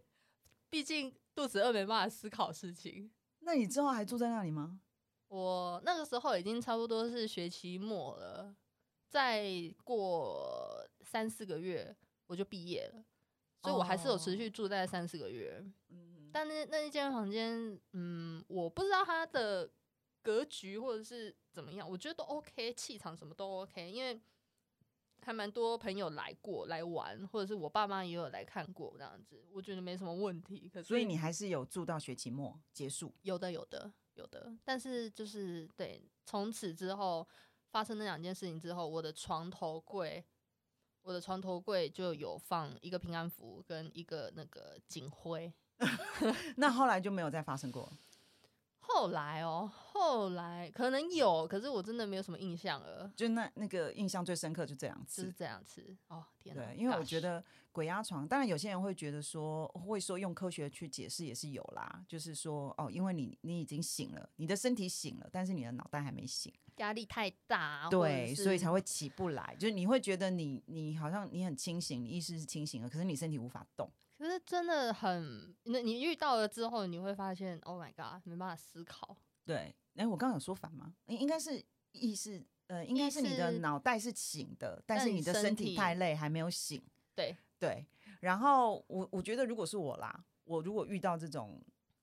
Speaker 2: 毕竟肚子饿没办法思考事情。
Speaker 1: 那你之后还住在那里吗？
Speaker 2: 我那个时候已经差不多是学期末了，再过三四个月我就毕业了，所以我还是有持续住在三四个月。
Speaker 1: 嗯，
Speaker 2: 但那那一间房间，嗯，我不知道它的格局或者是怎么样，我觉得都 OK，气场什么都 OK，因为还蛮多朋友来过来玩，或者是我爸妈也有来看过这样子，我觉得没什么问题。可是
Speaker 1: 所以你还是有住到学期末结束。
Speaker 2: 有的有的有的，但是就是对，从此之后发生那两件事情之后，我的床头柜，我的床头柜就有放一个平安符跟一个那个警徽。
Speaker 1: 那后来就没有再发生过。
Speaker 2: 后来哦，后来可能有，可是我真的没有什么印象了。
Speaker 1: 就那那个印象最深刻就这两
Speaker 2: 就是
Speaker 1: 次。
Speaker 2: 这样吃哦，天哪！
Speaker 1: 对，因为我
Speaker 2: gosh
Speaker 1: 觉得鬼压床，当然有些人会觉得说，会说用科学去解释也是有啦，就是说哦，因为你你已经醒了，你的身体醒了，但是你的脑袋还没醒，
Speaker 2: 压力太大，哦或者
Speaker 1: 对，所以
Speaker 2: 是
Speaker 1: 才会起不来。就是你会觉得你你好像你很清醒，你意识是清醒了，可是你身体无法动。
Speaker 2: 可是真的很，那你遇到了之后，你会发现，Oh my god，没办法思考，
Speaker 1: 对，哎，我刚刚有说反吗？应应该是意识，呃，应该
Speaker 2: 意
Speaker 1: 是你的
Speaker 2: 识
Speaker 1: 脑袋是醒的，但
Speaker 2: 但
Speaker 1: 是
Speaker 2: 你
Speaker 1: 你的
Speaker 2: 身
Speaker 1: 身体
Speaker 2: 体
Speaker 1: 太累还没有醒。
Speaker 2: 对，
Speaker 1: 对，然后我我觉得如果是我啦，我如果遇到这种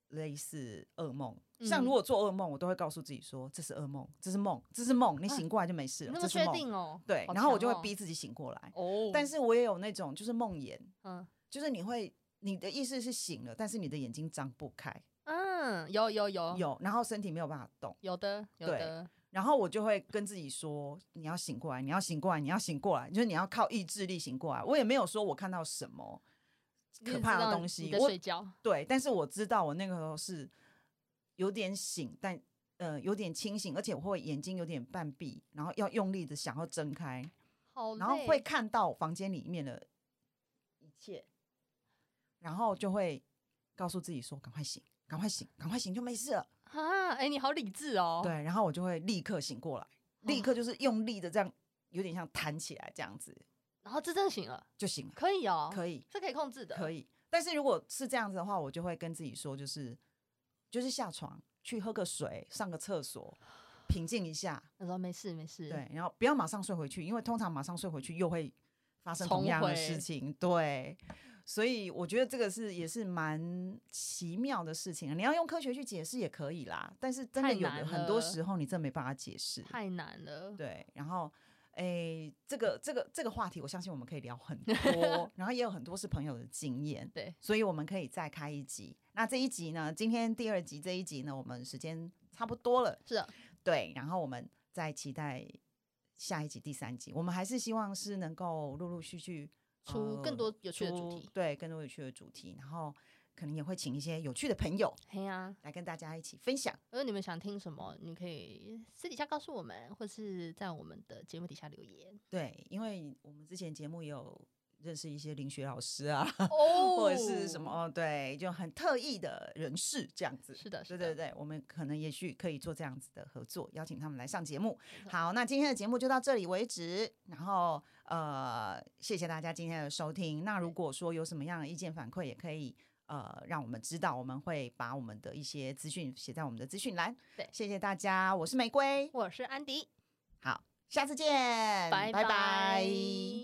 Speaker 1: 类似噩梦，像
Speaker 2: 嗯
Speaker 1: 如果做噩梦，我都会告诉自己说这是噩梦，这是梦，这是梦，你
Speaker 2: 啊
Speaker 1: 醒过来就没事
Speaker 2: 你
Speaker 1: 了，
Speaker 2: 那
Speaker 1: 这
Speaker 2: 么
Speaker 1: 是
Speaker 2: 确
Speaker 1: 梦。
Speaker 2: 定哦？
Speaker 1: 对，
Speaker 2: 好
Speaker 1: 然后我
Speaker 2: 强
Speaker 1: 就
Speaker 2: 哦
Speaker 1: 会逼自己醒过来。
Speaker 2: 哦，
Speaker 1: 但是我也有那种就是梦魇，
Speaker 2: 嗯
Speaker 1: 就是你会你的意识是醒了，但是你的眼睛张不开，
Speaker 2: 嗯，有有有
Speaker 1: 有，然后身体没有办法动，
Speaker 2: 有的有
Speaker 1: 对
Speaker 2: 的，
Speaker 1: 然后我就会跟自己说你要醒过来，你要醒过来，你要醒过来，就是你要靠意志力醒过来。我也没有说我看到什么
Speaker 2: 你
Speaker 1: 可
Speaker 2: 只
Speaker 1: 怕
Speaker 2: 知
Speaker 1: 的
Speaker 2: 道
Speaker 1: 东
Speaker 2: 你
Speaker 1: 西，
Speaker 2: 在
Speaker 1: 我
Speaker 2: 睡觉，
Speaker 1: 对，但是我知道我那个时候是有点醒，但呃有点清醒，而且我会眼睛有点半闭，然后要用力的想要睁开，
Speaker 2: 好累，哦
Speaker 1: 然后会看到房间里面的一切，然后就会告诉自己说赶快醒，赶快醒，赶快醒就没事了。
Speaker 2: 啊，哎，你好理智哦，，
Speaker 1: 对，然后我就会立刻醒过来，
Speaker 2: 嗯
Speaker 1: 立刻就是用力的这样，有点像弹起来这样子
Speaker 2: 然后真正醒了，
Speaker 1: 就醒了，
Speaker 2: 可以哦，
Speaker 1: 可以。
Speaker 2: 是可以控制的，
Speaker 1: 可以。但是如果是这样子的话，我就会跟自己说，就是就是下床去喝个水，上个厕所，平静一下，
Speaker 2: 我说没事没事，
Speaker 1: 对，然后不要马上睡回去，因为通常马上睡回去又会发生同
Speaker 2: 重
Speaker 1: 样的
Speaker 2: 回
Speaker 1: 事情，对。所以我觉得这个是也是蛮奇妙的事情，你要用科学去解释也可以啦，但是真的
Speaker 2: 太
Speaker 1: 有的
Speaker 2: 难
Speaker 1: 很多
Speaker 2: 了
Speaker 1: 时候你真的没办法解释，
Speaker 2: 太难了，
Speaker 1: 对，然后。诶，这个这个这个话题，我相信我们可以聊很多， 然后也有很多是朋友的经验，
Speaker 2: 对，
Speaker 1: 所以我们可以再开一集。那这一集呢，今天第二集这一集呢，我们时间差不多了，
Speaker 2: 是的，
Speaker 1: 对，然后我们再期待下一集第三集。我们还是希望是能够陆陆续续
Speaker 2: 出
Speaker 1: 呃
Speaker 2: 更多有趣的主
Speaker 1: 出
Speaker 2: 题，
Speaker 1: 对，更多有趣的主题，然后可能也会请一些有趣的朋友
Speaker 2: 嘿呀。
Speaker 1: 来跟大家一起分享。
Speaker 2: 如果你们想听什么，你可以私底下告诉我们，或是在我们的节目底下留言。
Speaker 1: 对，因为我们之前节目也有认识一些林学老师啊，
Speaker 2: 哦
Speaker 1: 或者是什么，对，就很特意的人士这样子。
Speaker 2: 是的，
Speaker 1: 对
Speaker 2: 是
Speaker 1: 对
Speaker 2: 的，
Speaker 1: 对，我们可能也许可以做这样子的合作，邀请他们来上节目
Speaker 2: 没。错
Speaker 1: 好，那今天的节目就到这里为止。然后呃，谢谢大家今天的收听。那如果说有什么样的意见反馈，也可以呃让我们知道，我们会把我们的一些资讯写在我们的资讯栏。
Speaker 2: 对
Speaker 1: 谢谢大家，我是玫瑰，
Speaker 2: 我是安迪，
Speaker 1: 好，下次见，
Speaker 2: 拜
Speaker 1: 拜
Speaker 2: 拜